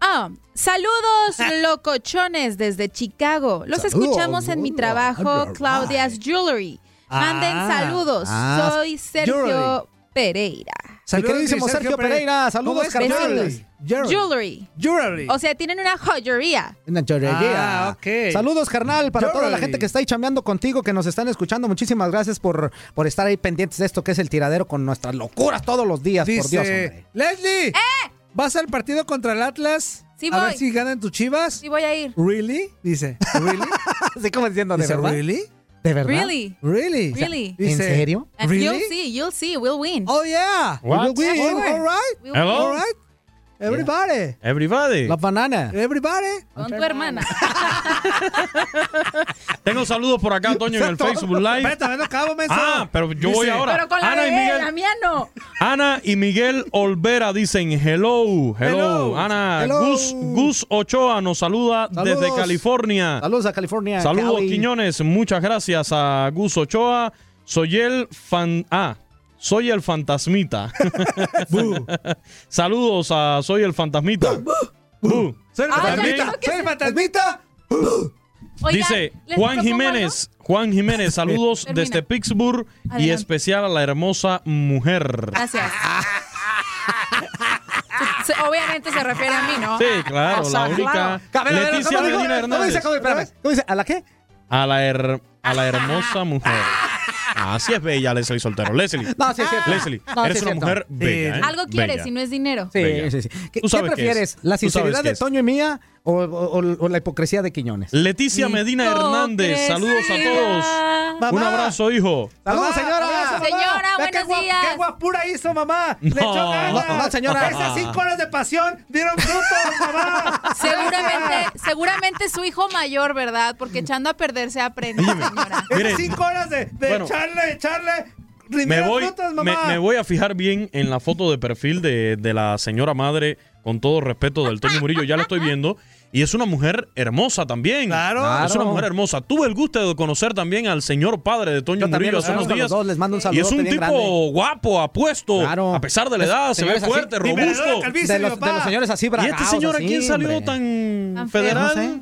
Ah, saludos locochones desde Chicago. Los
Saludos,
escuchamos en mi trabajo, Claudia's Jewelry. Manden
Ah,
saludos.
ah,
Soy Sergio
jewelry.
Pereira.
Saludos, queridísimo mi Sergio Sergio Pereira. Pereira. Saludos,
¿Cómo es?
carnal.
Besitos.
Jewelry.
Jewelry.
Jewelry.
O sea, tienen una joyería.
Una chorrería.
Ah, ok.
Saludos, carnal, para toda la
Chorrería.
gente que está ahí chambeando contigo, que nos están escuchando. Muchísimas gracias por, por estar ahí pendientes de esto que es el tiradero con nuestras locuras todos los días, por Dios, hombre.
Dice, Leslie, ¿vas al partido contra el Atlas?
Eh. Sí
a
voy.
ver si ganan tus chivas.
Sí, voy a ir.
¿Really? Dice, ¿really?
Así como diciendo, ¿de
Dice,
verdad?
¿really?
¿De verdad?
Really?
¿Really?
Really?
¿En serio?
And You'll see, you'll see, we'll win.
Oh, yeah.
What?
We will
We'll
win.
win.
All right.
We'll
Hello?
All right. Everybody.
Everybody.
banana.
Everybody.
Con tu hermana.
Ah, Tengo saludos por acá, Toño, en el Facebook Live.
Espérate, no acabo, menso.
Ah, pero yo voy
Dice,
ahora.
Pero con la
Ana y
bebé,
Miguel.
la mía no.
Ana y Miguel Olvera dicen hello, hello.
Hello.
Ana,
Hello.
Gus, Gus Ochoa nos saluda
Saludos.
desde California.
Saludos a California.
Saludos,
Cali.
Quiñones. Muchas gracias a Gus Ochoa. Soy el fan. Ah, soy el fantasmita. Saludos a Soy el fantasmita. Bu.
Ah,
También
ya creo que sí. fantasmita.
Oh.
Oigan,
Dice
¿les
Juan
propongo
Jiménez. Juan Jiménez, saludos
Termina.
desde Pittsburgh y
Adelante.
especial a la hermosa mujer.
Gracias. Se- Obviamente se refiere a mí, ¿no?
Ah,
Sí, claro,
O sea,
la única.
A ver, a ver,
Leticia
¿cómo dijo?
Medina
¿Cómo dice?
Hernández.
¿Cómo- espérame, ¿Cómo dice? ¿A la qué?
A la, her- a la hermosa mujer. Así es bella Leslie Soltero. Leslie.
No, sí es cierto.
Ah. Leslie,
No, sí
eres
es
una
cierto.
mujer bella. ¿eh?
Algo quieres
Bella.
si no es dinero.
Sí,
Venga.
sí, sí. ¿Qué,
Tú
qué
sabes qué
prefieres?
es.
¿La
Tú sabes
sinceridad
qué
de
es.
Toño y mía o, o- o- o la hipocresía de Quiñones?
Leticia Medina Hernández, saludos a todos.
Mamá.
Un abrazo, hijo.
Saludos,
Mamá,
señora.
abrazo,
Señora,
Ve qué
buenos
guap-
días.
Qué guapura hizo, mamá.
No.
Le echó ganas.
No, no, señora.
Esas cinco horas de pasión dieron fruto, mamá.
Seguramente, seguramente su hijo mayor, ¿verdad? Porque echando a perder se aprende, señora.
Mire,
Esas cinco horas de, de
Bueno.
echarle, echarle.
me
rindieron
voy,
frutos,
me,
mamá.
me voy a fijar bien en la foto de perfil de, de la señora madre, con todo respeto del Toño Murillo, ya la estoy viendo. Y es una mujer hermosa también.
Claro.
Es una mujer hermosa. Tuve el gusto de conocer también al señor padre de Toño
Yo también
Murillo
los
hace unos
conozco a
días.
los dos, les mando un
y es
saludote
un
bien
tipo
grande.
guapo, apuesto.
Claro.
A pesar de la
Es-
edad, se ve
señores así,
fuerte,
Liberador de
robusto.
calvicie,
De los,
papá.
de los señores así
¿Y
bragados.
este señor a
así,
quién salió
hombre.
tan
Tan
federal?
No sé.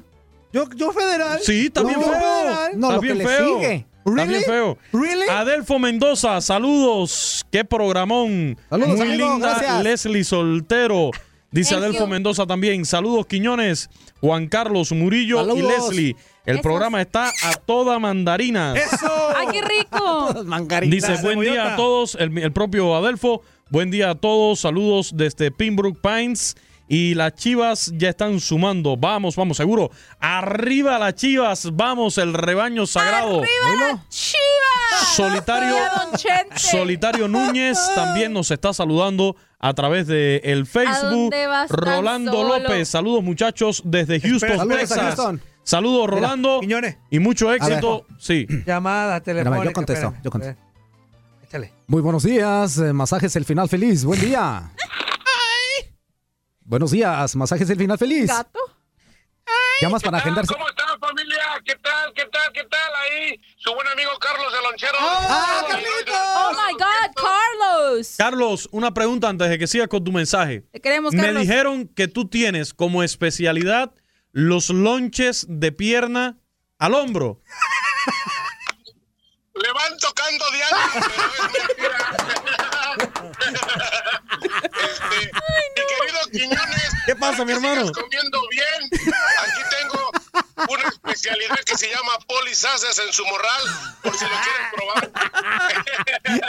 Yo, yo federal.
Sí, también
Yo
feo.
federal.
No,
Está
lo
bien
que
feo.
le sigue.
Está
¿Really?
bien feo.
¿Really?
Adelfo Mendoza, saludos. Qué programón.
Saludos,
Muy
amigo,
linda
gracias.
Leslie Soltero. Dice
Thank
Adelfo
you.
Mendoza también. Saludos, Quiñones, Juan Carlos Murillo y
Saludos.
Leslie. El
Esos.
programa está a toda mandarina.
Eso.
¡Ay, qué rico!
Mangaritas.
Dice, buen día a todos. El, el propio Adelfo, buen día a todos. Saludos desde Pembroke Pines. Y las chivas ya están sumando. Vamos, vamos, seguro. Arriba las chivas. Vamos, el rebaño sagrado.
¡Viva la Chivas!
Solitario,
¡Viva Don Chente!
Solitario Núñez también nos está saludando a través de el
¿A
Facebook.
dónde vas tan
Rolando
solo?
López, saludos muchachos desde Houston,
Espera,
saludos a
Texas.
Houston.
Saludos Rolando
Quiñones.
y mucho
ver.
éxito. Sí.
Llamada, teléfono.
yo contesto, yo contesto.
Échale.
Muy buenos días, eh, masajes el final feliz. Buen día. Buenos días, masajes el final feliz.
¿Gato?
Llamas para agendarse.
¿Cómo están, familia? ¿Qué tal? ¿Qué tal? ¿Qué tal? Ahí, su buen amigo Carlos el Lonchero.
¡Ah,
Saludos,
Carlitos!
¡Oh, my God, Carlos!
Carlos, una pregunta antes de que sigas con tu mensaje.
Te queremos,
Me
Carlos.
dijeron que tú tienes como especialidad los lonches de pierna al hombro.
Le van tocando diario, pero es mentira. Este, Mi querido Quiñones.
¿Qué pasa, mi
que sigas
hermano?
comiendo bien. Aquí tengo una especialidad que se llama polisaces en su morral, por si lo quieren probar.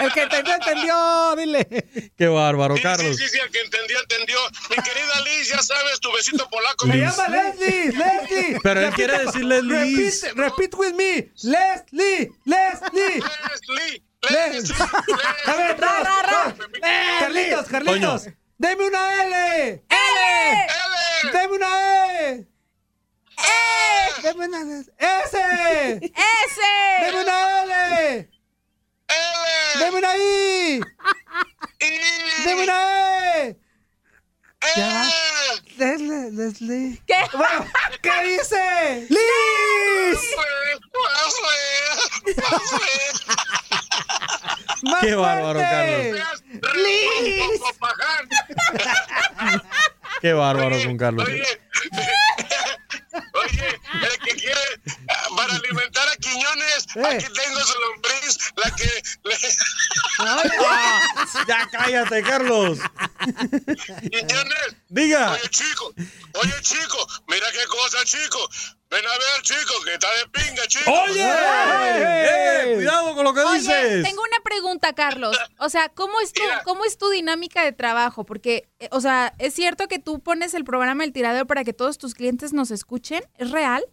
El que entendió, entendió, dile.
Qué bárbaro,
Sí,
Carlos.
Sí, sí, sí, el que entendió, entendió. Mi querida Liz, ya sabes, tu besito polaco.
Me llama
Leslie, Leslie.
Pero él
Repite,
quiere decir Leslie.
Repite, repeat with me. Leslie, Leslie.
Leslie,
Leslie. A ver, dos, dos. Carlitos, Carlitos. Deme una L. L. Deme una E. E. Deme una S.
E.
S. Deme una L. L. Deme una I. Deme una E. Ya. Leslie, Leslie.
¿Qué?
¿Qué dice? ¡Liz! ¡Más
Qué bárbaro,
fuerte!
Carlos.
¡Liz!
Qué bárbaro con Carlos.
El que quiere ah, para alimentar a Quiñones,
Eh.
aquí tengo su lombriz, la que le...
ah, Ya cállate, Carlos.
Quiñones,
Diga.
Oye, chico, oye, chico, mira qué cosa, chico. Ven a ver, chico, que está de pinga, chico.
¡Oye! ¡Eh! Cuidado con lo que
Oye,
dices.
tengo una pregunta, Carlos. O sea, ¿cómo es, tu, ¿cómo es tu dinámica de trabajo? Porque, eh, o sea, ¿es cierto que tú pones el programa El Tiradero para que todos tus clientes nos escuchen? ¿Es real?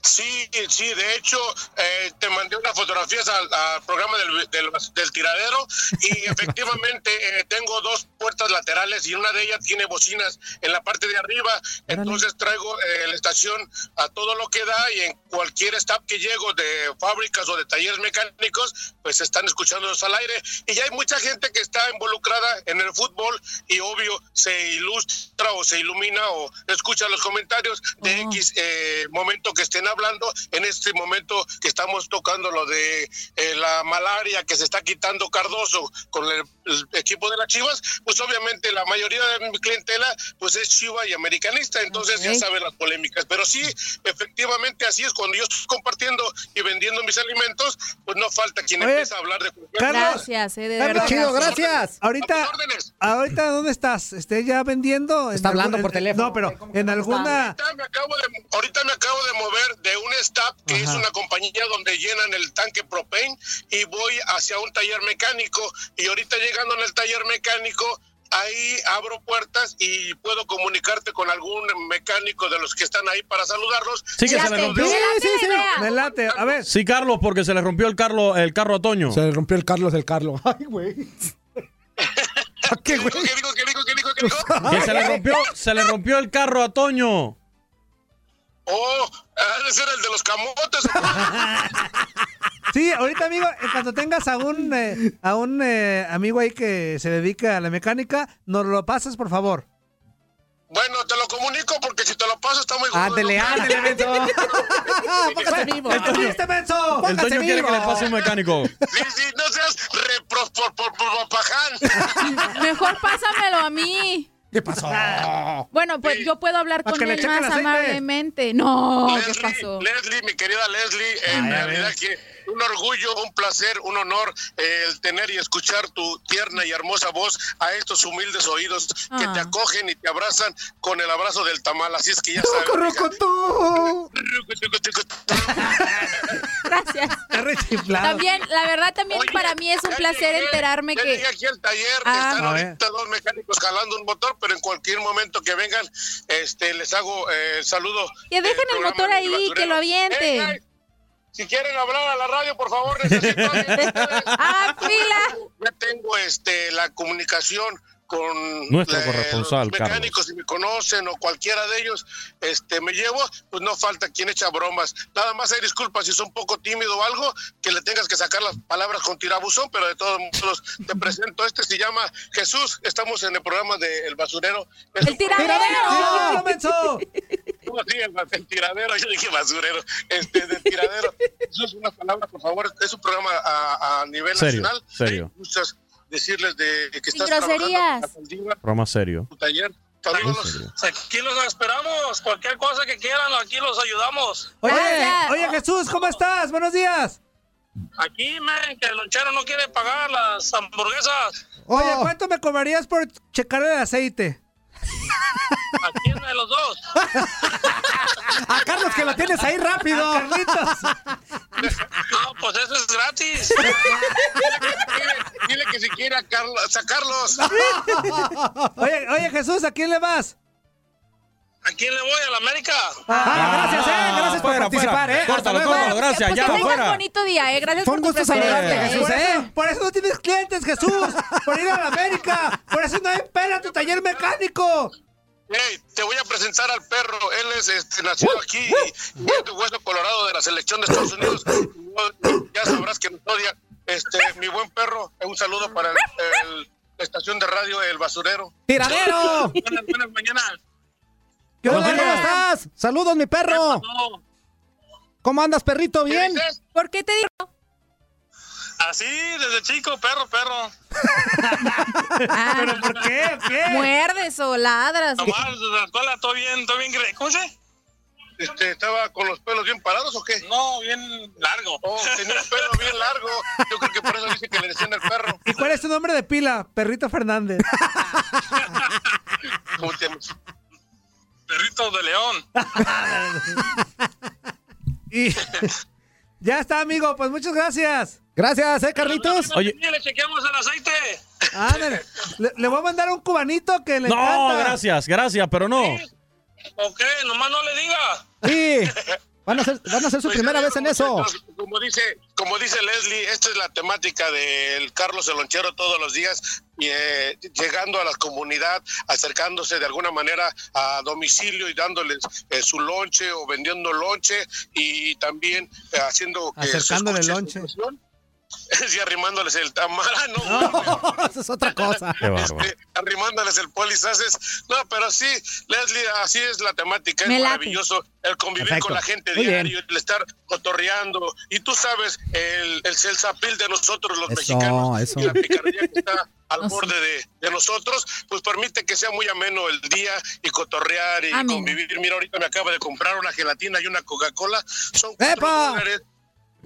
Sí, sí, de hecho, eh, te mandé unas fotografías al, al programa del, del- del tiradero y efectivamente eh, tengo dos puertas laterales y una de ellas tiene bocinas en la parte de arriba, entonces traigo eh, la estación a todo lo que da y en cualquier stop que llego de fábricas o de talleres mecánicos, pues están escuchándonos al aire y ya hay mucha gente que está involucrada en el fútbol y obvio se ilustra o se ilumina o escucha los comentarios de X eh, momento que estén hablando, en este momento que estamos tocando lo de eh, la malaria que se está quitando Cardoso con el, el equipo de las Chivas, pues obviamente la mayoría de mi clientela pues es chiva y americanista, entonces ya saben las polémicas, pero sí, efectivamente así es, cuando yo estoy compartiendo y vendiendo mis alimentos, pues no falta quien
Oye,
empiece a hablar de...
Gracias, eh, de verdad.
Ahorita, ahorita, ¿dónde estás? ¿Esté ya vendiendo? Está hablando por teléfono. No, pero en alguna.
Ahorita me acabo de, ahorita me acabo de mover de un staff que
Ajá.
es una compañía donde llenan el tanque propane y voy hacia un taller mecánico y ahorita llegando en el taller mecánico ahí abro puertas y puedo comunicarte con algún mecánico de los que están ahí para saludarlos.
Sí, que
Y
se le
hasta
rompió.
los veo.
Me late. A ver.
Sí, Carlos, porque se le rompió el, Carlos, el carro a Toño. Se
le rompió el Carlos del Carlos. Ay, güey.
¿Qué digo, qué digo, qué digo, qué digo, qué digo?
Que se le rompió, se le rompió el carro a Toño.
Oh, ha de ser el de los camotes.
Sí, ahorita, amigo, en cuanto tengas a un, eh, a un eh, amigo ahí que se dedica a la mecánica, nos lo pasas, por favor.
Bueno, te lo comunico porque si te lo paso está muy
Ándele, ándele, Benzo.
Póngase vivo.
El Toño-
este El
Póngase
Toño quiere
vivo.
que le pase un mecánico.
Sí, sí, no seas repro por, por, por paján.
Mejor pásamelo a mí.
¿Qué pasó?
Bueno, pues yo puedo hablar
Para
con
que le
él
chequen
más
aceite.
amablemente. este, No, ¿qué
Leslie,
pasó?
Leslie, mi querida Leslie, en realidad que un orgullo, un placer, un honor eh, el tener y escuchar tu tierna y hermosa voz a estos humildes oídos que
Ah.
te acogen y te abrazan con el abrazo del tamal. Así es que ya sabes.
Gracias.
Está rechiflado.
También, la verdad, también para mí es un placer enterarme
ya
que.
llegué aquí al taller,
Ah.
están
A ver.
ahorita dos mecánicos jalando un motor, pero en cualquier momento que vengan, este, les hago eh, el saludo.
Que dejen el motor ahí, que lo avienten.
avienten. si quieren hablar a la radio, por favor, necesito a alguien de ustedes.
Ah,
Ya tengo este, la comunicación con
Nuestro
eh,
corresponsal,
los
Carlos.
mecánicos, si me conocen o cualquiera de ellos, este, me llevo, pues no falta quien echa bromas. Nada más hay disculpas si son un poco tímido o algo, que le tengas que sacar las palabras con tirabuzón, pero de todos modos te presento. Este se llama Jesús, estamos en el programa de El Basurero. Es
¡El
un
tiradero!
programa-
comenzó!
no, sí, el, el tiradero, yo dije basurero, este, del tiradero. Eso es una palabra, por favor, es un programa a, a nivel
Serio,
nacional.
serio.
Muchas, decirles de, de que
Sin
estás trabajando
groserías.
para Saldiva,
Programa serio.
tu taller. Saludos.
Aquí los esperamos. Cualquier cosa que quieran, aquí los ayudamos.
Oye, oye Jesús, ¿cómo estás? Buenos días.
Aquí, men, que el lonchero no quiere pagar las hamburguesas.
Oye, ¿cuánto me cobrarías por checar el aceite?
¿A quién de los dos?
A Carlos, que lo tienes ahí rápido.
Ah,
No, pues eso es gratis.
Dile que si quiere a Carlos, a Carlos.
oye, oye, Jesús, ¿a quién le vas?
¿A quién le voy? ¿A la América?
Ah, gracias, eh, gracias por
fuera,
participar,
fuera.
eh.
Córtalo,
Hasta luego.
córtalo, gracias,
Pues
ya,
que tengas
fuera.
bonito día, eh. Gracias
Fue un
por tu
gusto
preferencia.
saludarte, Jesús,
Por eso-
¿eh? Por eso no tienes clientes, Jesús. Por ir a la América. Por eso no hay pena tu taller mecánico.
Hey, te voy a presentar al perro. Él es este, nacido aquí y, y es de hueso colorado de la selección de Estados Unidos. No, Ya sabrás que nos odia. Este, mi buen perro, un saludo para el- el- la estación de radio El Basurero.
¡Tiradero!
Buenas, buenas mañanas.
¿Qué onda? ¿Cómo estás? Saludos, mi perro. ¿Cómo andas, perrito? ¿Bien?
¿Por qué te digo?
Así, desde chico, perro, perro.
¿Pero
por qué?
Muerdes o ladras.
Nomás, desde la escuela, todo bien, todo bien. gre- ¿Cómo se?
Este, ¿Estaba con los pelos bien parados o qué?
No, bien largo.
Oh, tenía el pelo bien largo. Yo creo que por eso dice que le decían el perro.
¿Y cuál es tu nombre de pila? Perrito Fernández.
¿Cómo te llamas?
Perrito de león.
Y ya está, amigo. Pues muchas gracias.
Gracias, eh, Carlitos.
Oye. Le chequeamos el aceite.
Ándale. Le, le voy a mandar un cubanito que le
No,
encanta.
gracias, gracias, pero no.
Ok, nomás no le diga.
Sí. Van a ser, van a ser su primera vez Pues en eso.
Como dice, como dice Leslie, esta es la temática del Carlos el Lonchero todos los días, y, eh, llegando a la comunidad, acercándose de alguna manera a domicilio y dándoles eh, su lonche o vendiendo lonche y también eh, haciendo que se
Acercándole el
escuche
lonche.
su canción. y arrimándoles el tamal, no,
Eso es otra cosa.
Qué bárbaro.
arrimándoles el polizaces. No, pero sí, Leslie, así es la temática, es
Me late.
maravilloso el convivir
Perfecto.
con la gente
Muy
diario, el estar cotorreando. Y tú sabes, el, el selsapil de nosotros los mexicanos,
Eso, eso.
y la picardía que está al borde de, de nosotros, pues permite que sea muy ameno el día y cotorrear y
Amén.
convivir. Mira, ahorita me acabo de comprar una gelatina y una Coca-Cola, son cuatro dólares.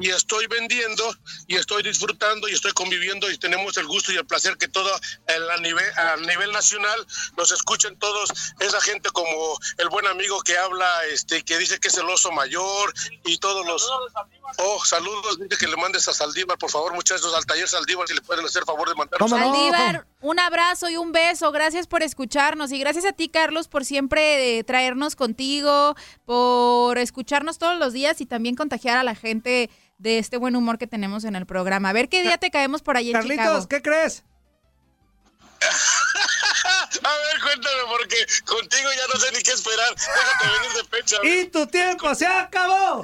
Y estoy vendiendo, y estoy disfrutando, y estoy conviviendo, y tenemos el gusto y el placer que todo el- a, nivel, a nivel nacional nos escuchen todos. Esa gente como el buen amigo que habla, este que dice que es el oso mayor, y todos los. Oh, saludos, dice que le mandes a Saldívar, por favor, muchachos, al taller Saldívar, si le pueden hacer favor de mandar.
Saldívar, un abrazo y un beso. Gracias por escucharnos y gracias a ti, Carlos, por siempre eh, traernos contigo, por escucharnos todos los días y también contagiar a la gente de este buen humor que tenemos en el programa. A ver qué día te caemos por ahí en
Carlitos,
Chicago.
¿qué crees?
A ver, cuéntame, porque contigo ya no sé ni qué esperar. Déjate venir de pecho.
Y tu tiempo se acabó.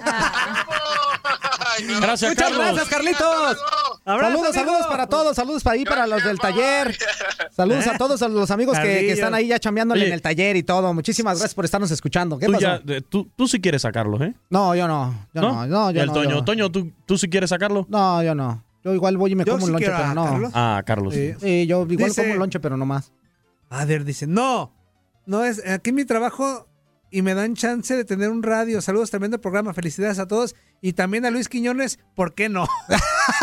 Gracias,
Muchas
Carlos.
gracias, Carlitos.
Abrazo,
saludos,
amigo.
saludos para todos, saludos para ahí, para los del taller. Saludos a todos a los amigos que, que
Carlillos.
están ahí ya chambeándole
Eh. Oye.
en el taller y todo. Muchísimas gracias por estarnos escuchando. ¿Qué
Tú,
pasó?
ya- de- tú, tú sí quieres sacarlos, ¿eh?
No, yo no, yo no, no, yo
El
no, yo
Toño,
no.
Toño, ¿tú, tú sí quieres sacarlo?
No, yo no. Yo igual voy y me
Yo sí
como un lonche,
quiero a
pero no.
Carlos. Ah, Carlos.
Sí, sí, yo igual
Dice-
como un lonche, pero no más.
A ver, dice, no, no es, aquí mi trabajo y me dan chance de tener un radio. Saludos, tremendo programa, felicidades a todos. Y también a Luis Quiñones, ¿por qué no?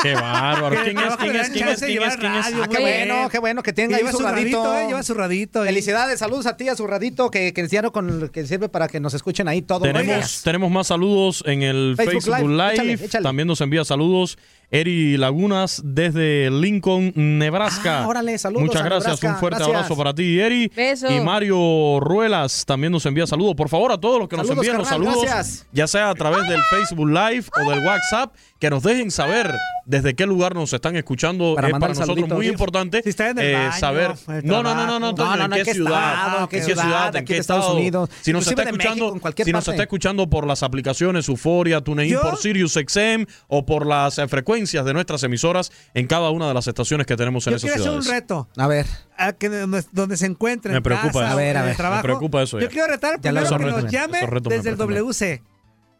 Qué bárbaro. ¿Quién es? ¿Quién es? ¿Quién es? ¿Quién es? ¿Quién es?
Ah, qué bueno, qué bueno que tenga ahí
lleva
su
su
radito.
radito, eh, lleva su radito ahí.
Felicidades, saludos a ti, a su radito, que, que, encierro con, que sirve para que nos escuchen ahí todo.
Tenemos, tenemos más saludos en el
Facebook
Facebook,
Live.
Live.
Échale, échale.
También nos envía saludos Eri Lagunas desde Lincoln, Nebraska.
Ah, órale, saludos
Muchas
a
gracias.
Nebraska.
Un fuerte
Gracias.
abrazo para ti, Eri.
Beso.
Y Mario Ruelas también nos envía saludos. Por favor, a todos los que nos
Saludos,
envían los
carnal,
saludos,
gracias.
ya sea a través del Facebook Live o del WhatsApp, que nos dejen saber desde qué lugar nos están escuchando.
Para
es
mandar
Eh, para nosotros
saluditos.
muy importante
en el
eh,
baño,
saber.
en el
No, no, no, no, no,
trabajo.
Toño,
No, no, no,
¿en
¿en
qué
qué estado?
ciudad?
¿En qué
¿En qué ciudad? ¿En
aquí
qué
de Estados
estado?
Unidos?
Si nos
Inclusive
está
de México,
escuchando,
en cualquier
si nos
parte.
está escuchando por las aplicaciones Euforia, TuneIn,
Yo-
por Sirius XM o por las eh, frecuencias de nuestras emisoras en cada una de las estaciones que tenemos en
Yo
esas
quiero hacer un
ciudades.
reto.
A ver.
A que donde, donde se encuentren.
Me
en
preocupa
casa,
eso.
o
A ver,
en
a
el
ver. Me
trabajo.
preocupa eso
Yo
ya.
quiero retar al
Ya lo
primero
hizo
que
reto,
nos
ya.
llame
Eso reto me
desde el
preocupa.
WC.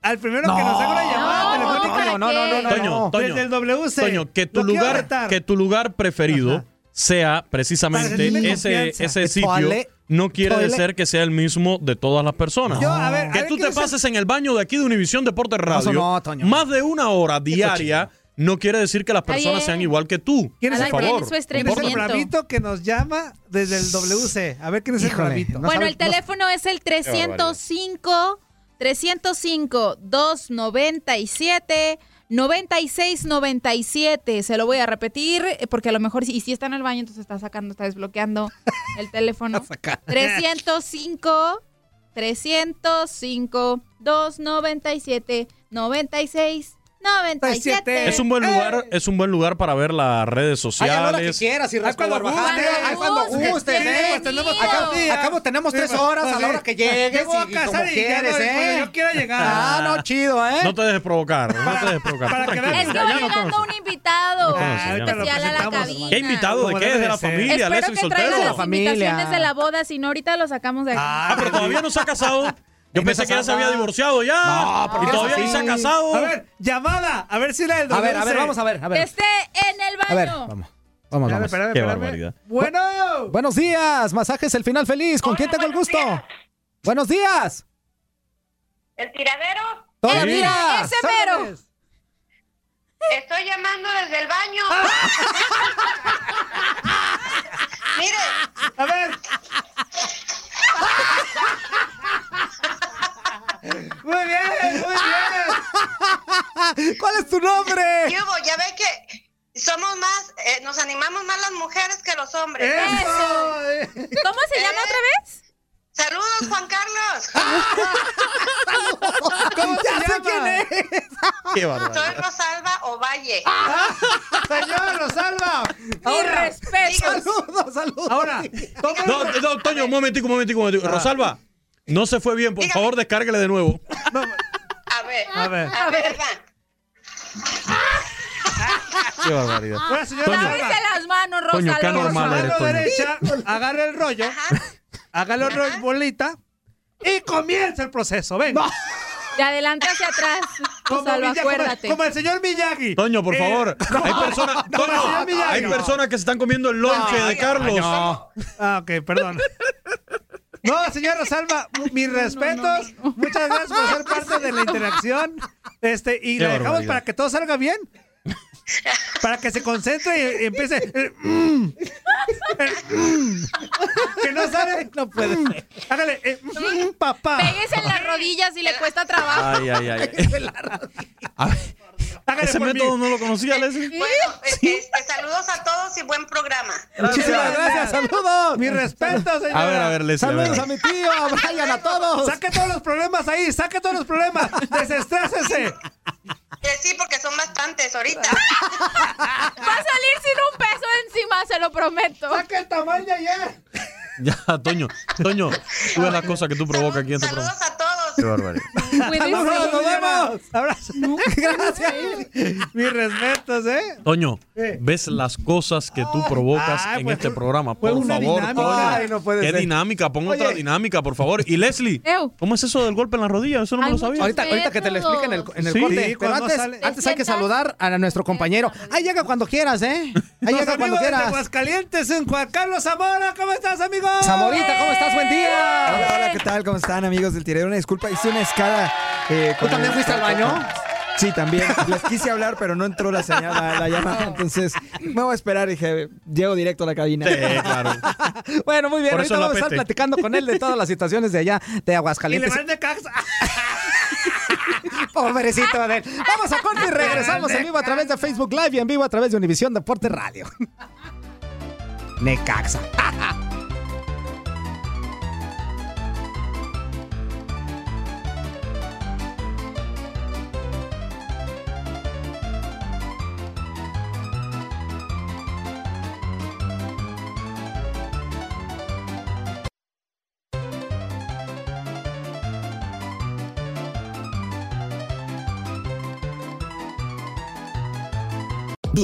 Al primero que nos haga una llamada telefónica.
no, no, no, no, no.
Toño, Toño,
Desde el WC.
Toño, que tu
Lo quiero
lugar,
retar.
que tu lugar preferido sea precisamente
sentirme en
ese,
confianza.
ese
Que
sitio.
toale-
no quiere
toale-
decir que sea el mismo de todas las personas.
Yo, a ver, a
que
ver,
tú te
quiero ser-
pases en el baño de aquí de Univisión Deportes Radio
no,
más de una hora diaria no quiere decir que las
Está
personas
bien.
sean igual que tú.
¿Quién es,
Por favor.
el bravito? ¿Quién es el
compórtate.
bravito que nos llama desde el WC? A ver quién es el bravito.
bueno, el teléfono es el 305 305 297 9697. Se lo voy a repetir eh, porque a lo mejor si, y si está en el baño entonces está sacando, está desbloqueando el teléfono. 305 305 297 96 97.
Es un
Eh.
buen lugar, es un buen lugar para ver las redes sociales.
quieras y rasco
cuando
barbaján,
guste,
eh, ahí cuando
guste,
gustes, eh.
pues tenemos
Acá-
todo el día.
acabo tenemos tres
Sí,
horas a
pues,
la
sí.
hora que llegues
Me voy a
y
casar
como
y ya
quieres,
no, y
eh.
cuando yo quiera llegar.
Ah, no, chido, eh.
No te dejes provocar, no te dejes provocar. Tú tranquila,
Es que
ya
va
no te
llegando un invitado
Ah, ahorita lo
especial a la cabina.
¿Qué invitado? ¿De
Como
qué?
debe
¿De
de
la
ser.
familia?
Espero
¿Leslie
que traiga
soltero?
las invitaciones de la boda, si no ahorita lo sacamos de aquí.
Ah, pero todavía no se ha casado. Yo pensé que ya se había divorciado ya. y todavía ni se ha casado.
A ver, llamada. A ver si la del
A
WC.
ver, a ver, vamos a ver,
a ver.
Esté
Este,
en el baño.
A ver, vamos. Vamos, vamos.
Qué barbaridad.
Bueno. Buenos días, masajes el final feliz. ¿Con quién tengo el gusto? Buenos días.
¿El tiradero?
Todavía Sí. mira,
¡Ese
¿sabes?
mero! Estoy llamando desde el baño.
Ah.
Mire.
A ver. Muy bien, muy
bien. ¿Cuál es tu nombre?
¿Qué hubo? Ya ve que somos más, eh, nos animamos más las mujeres que los hombres. Eh,
¡Eso! ¿Cómo se llama otra vez?
Saludos, Juan Carlos.
¿Cómo se
llama?
Qué
Soy
barbaridad.
Rosalba Ovalle.
Ah, Señor, lo salva.
Ahora, respeto.
Saludos, saludos.
Ahora,
No, no, Toño, un momentico, un momentico, un
Ah.
momentico. Rosalba, no se fue bien. Por favor, descárgale de nuevo.
A ver.
A ver.
A ver, va.
Qué barbaridad.
Bueno, señora,
Toño,
Lávese las manos,
Toño,
Rosa.
qué
Lávese
anormal
las
eres,
manos.
Toño.
derecha, agarra el rollo, agarra el rollo en bolita y comienza el proceso. Venga.
De adelante hacia atrás. Rosalba,
Miyagi, como-
acuérdate.
como el señor Miyagi.
Toño, por
Eh,
favor.
no,
hay personas,
no,
Toño,
señor Miyagi.
hay
No.
personas que se están comiendo el lonche
No,
de Carlos.
no. Ah, ok, perdón. No, señora Rosalba, mu- mis respetos. Muchas gracias por ser parte de la interacción. Este, y
Qué
la dejamos
barbaridad.
para que todo salga bien. Para que se concentre y- y empiece. eh, mm, eh, mm. que no sale. No puede ser. Hágale, eh, mm, papá.
Péguese en las rodillas si le cuesta trabajo.
Ay, ay, ay. Ese
por mí.
método no lo conocía, Leslie.
Bueno, este, saludos a todos y buen programa.
Muchísimas gracias, saludos.
Mi respeto, señora.
A ver, a ver, Leslie. a ver.
Saludos a mi tío, a Brian, a todos.
Saque todos los problemas ahí, saque todos los problemas. Desestrésese.
Que sí, porque son bastantes ahorita.
Va a salir sin un peso encima, se lo prometo.
Saca el tamaño ya.
Ya, Toño, Toño, tú ves las cosas que tú provocas aquí en tu programa.
Saludos a todos.
Qué barbaridad.
Vámonos, nos vemos. Abrazo. Gracias. Mis respetos, ¿eh?
Toño,
Eh.
ves las cosas que tú provocas
Ah,
en
pues,
este programa.
fue
Por
una
favor,
dinámica.
Toño.
Ay, no puede
Qué
ser.
dinámica, pon
Oye.
otra dinámica, por favor. Y Leslie, ¿cómo es eso del golpe en la rodilla? Eso no me
Hay
lo sabía.
muchos Ahorita- ahorita que te lo expliquen en el- en el
Sí.
corte.
Sí,
Pero
cuando
antes,
sale-
antes hay que saludar a nuestro compañero. Ahí llega cuando quieras, ¿eh? Ahí
Los
llega cuando
amigos de
quieras.
Aguascalientes en Juan Carlos Zamora, ¿cómo estás, amigo?
Zamorita, ¿cómo estás? Buen día.
Hola, hola, ¿qué tal? ¿Cómo están, amigos del tiradero? Una disculpa, hice una escala. eh,
¿Tú también fuiste al baño?
Sí, también. Les quise hablar, pero no entró la señal, la, la llamada. Entonces, me voy a esperar. Dije, llego directo a la cabina.
Sí, claro.
Bueno, muy bien.
Por eso
Ahorita
la
vamos a estar
pete.
platicando con él de todas las situaciones de allá, de
Y le
Aguascalientes.
van de caxa.
Ah.
Pobrecito de él. Vamos a corte y regresamos en vivo a través de Facebook Live y en vivo a través de Univisión Deporte Radio. Necaxa.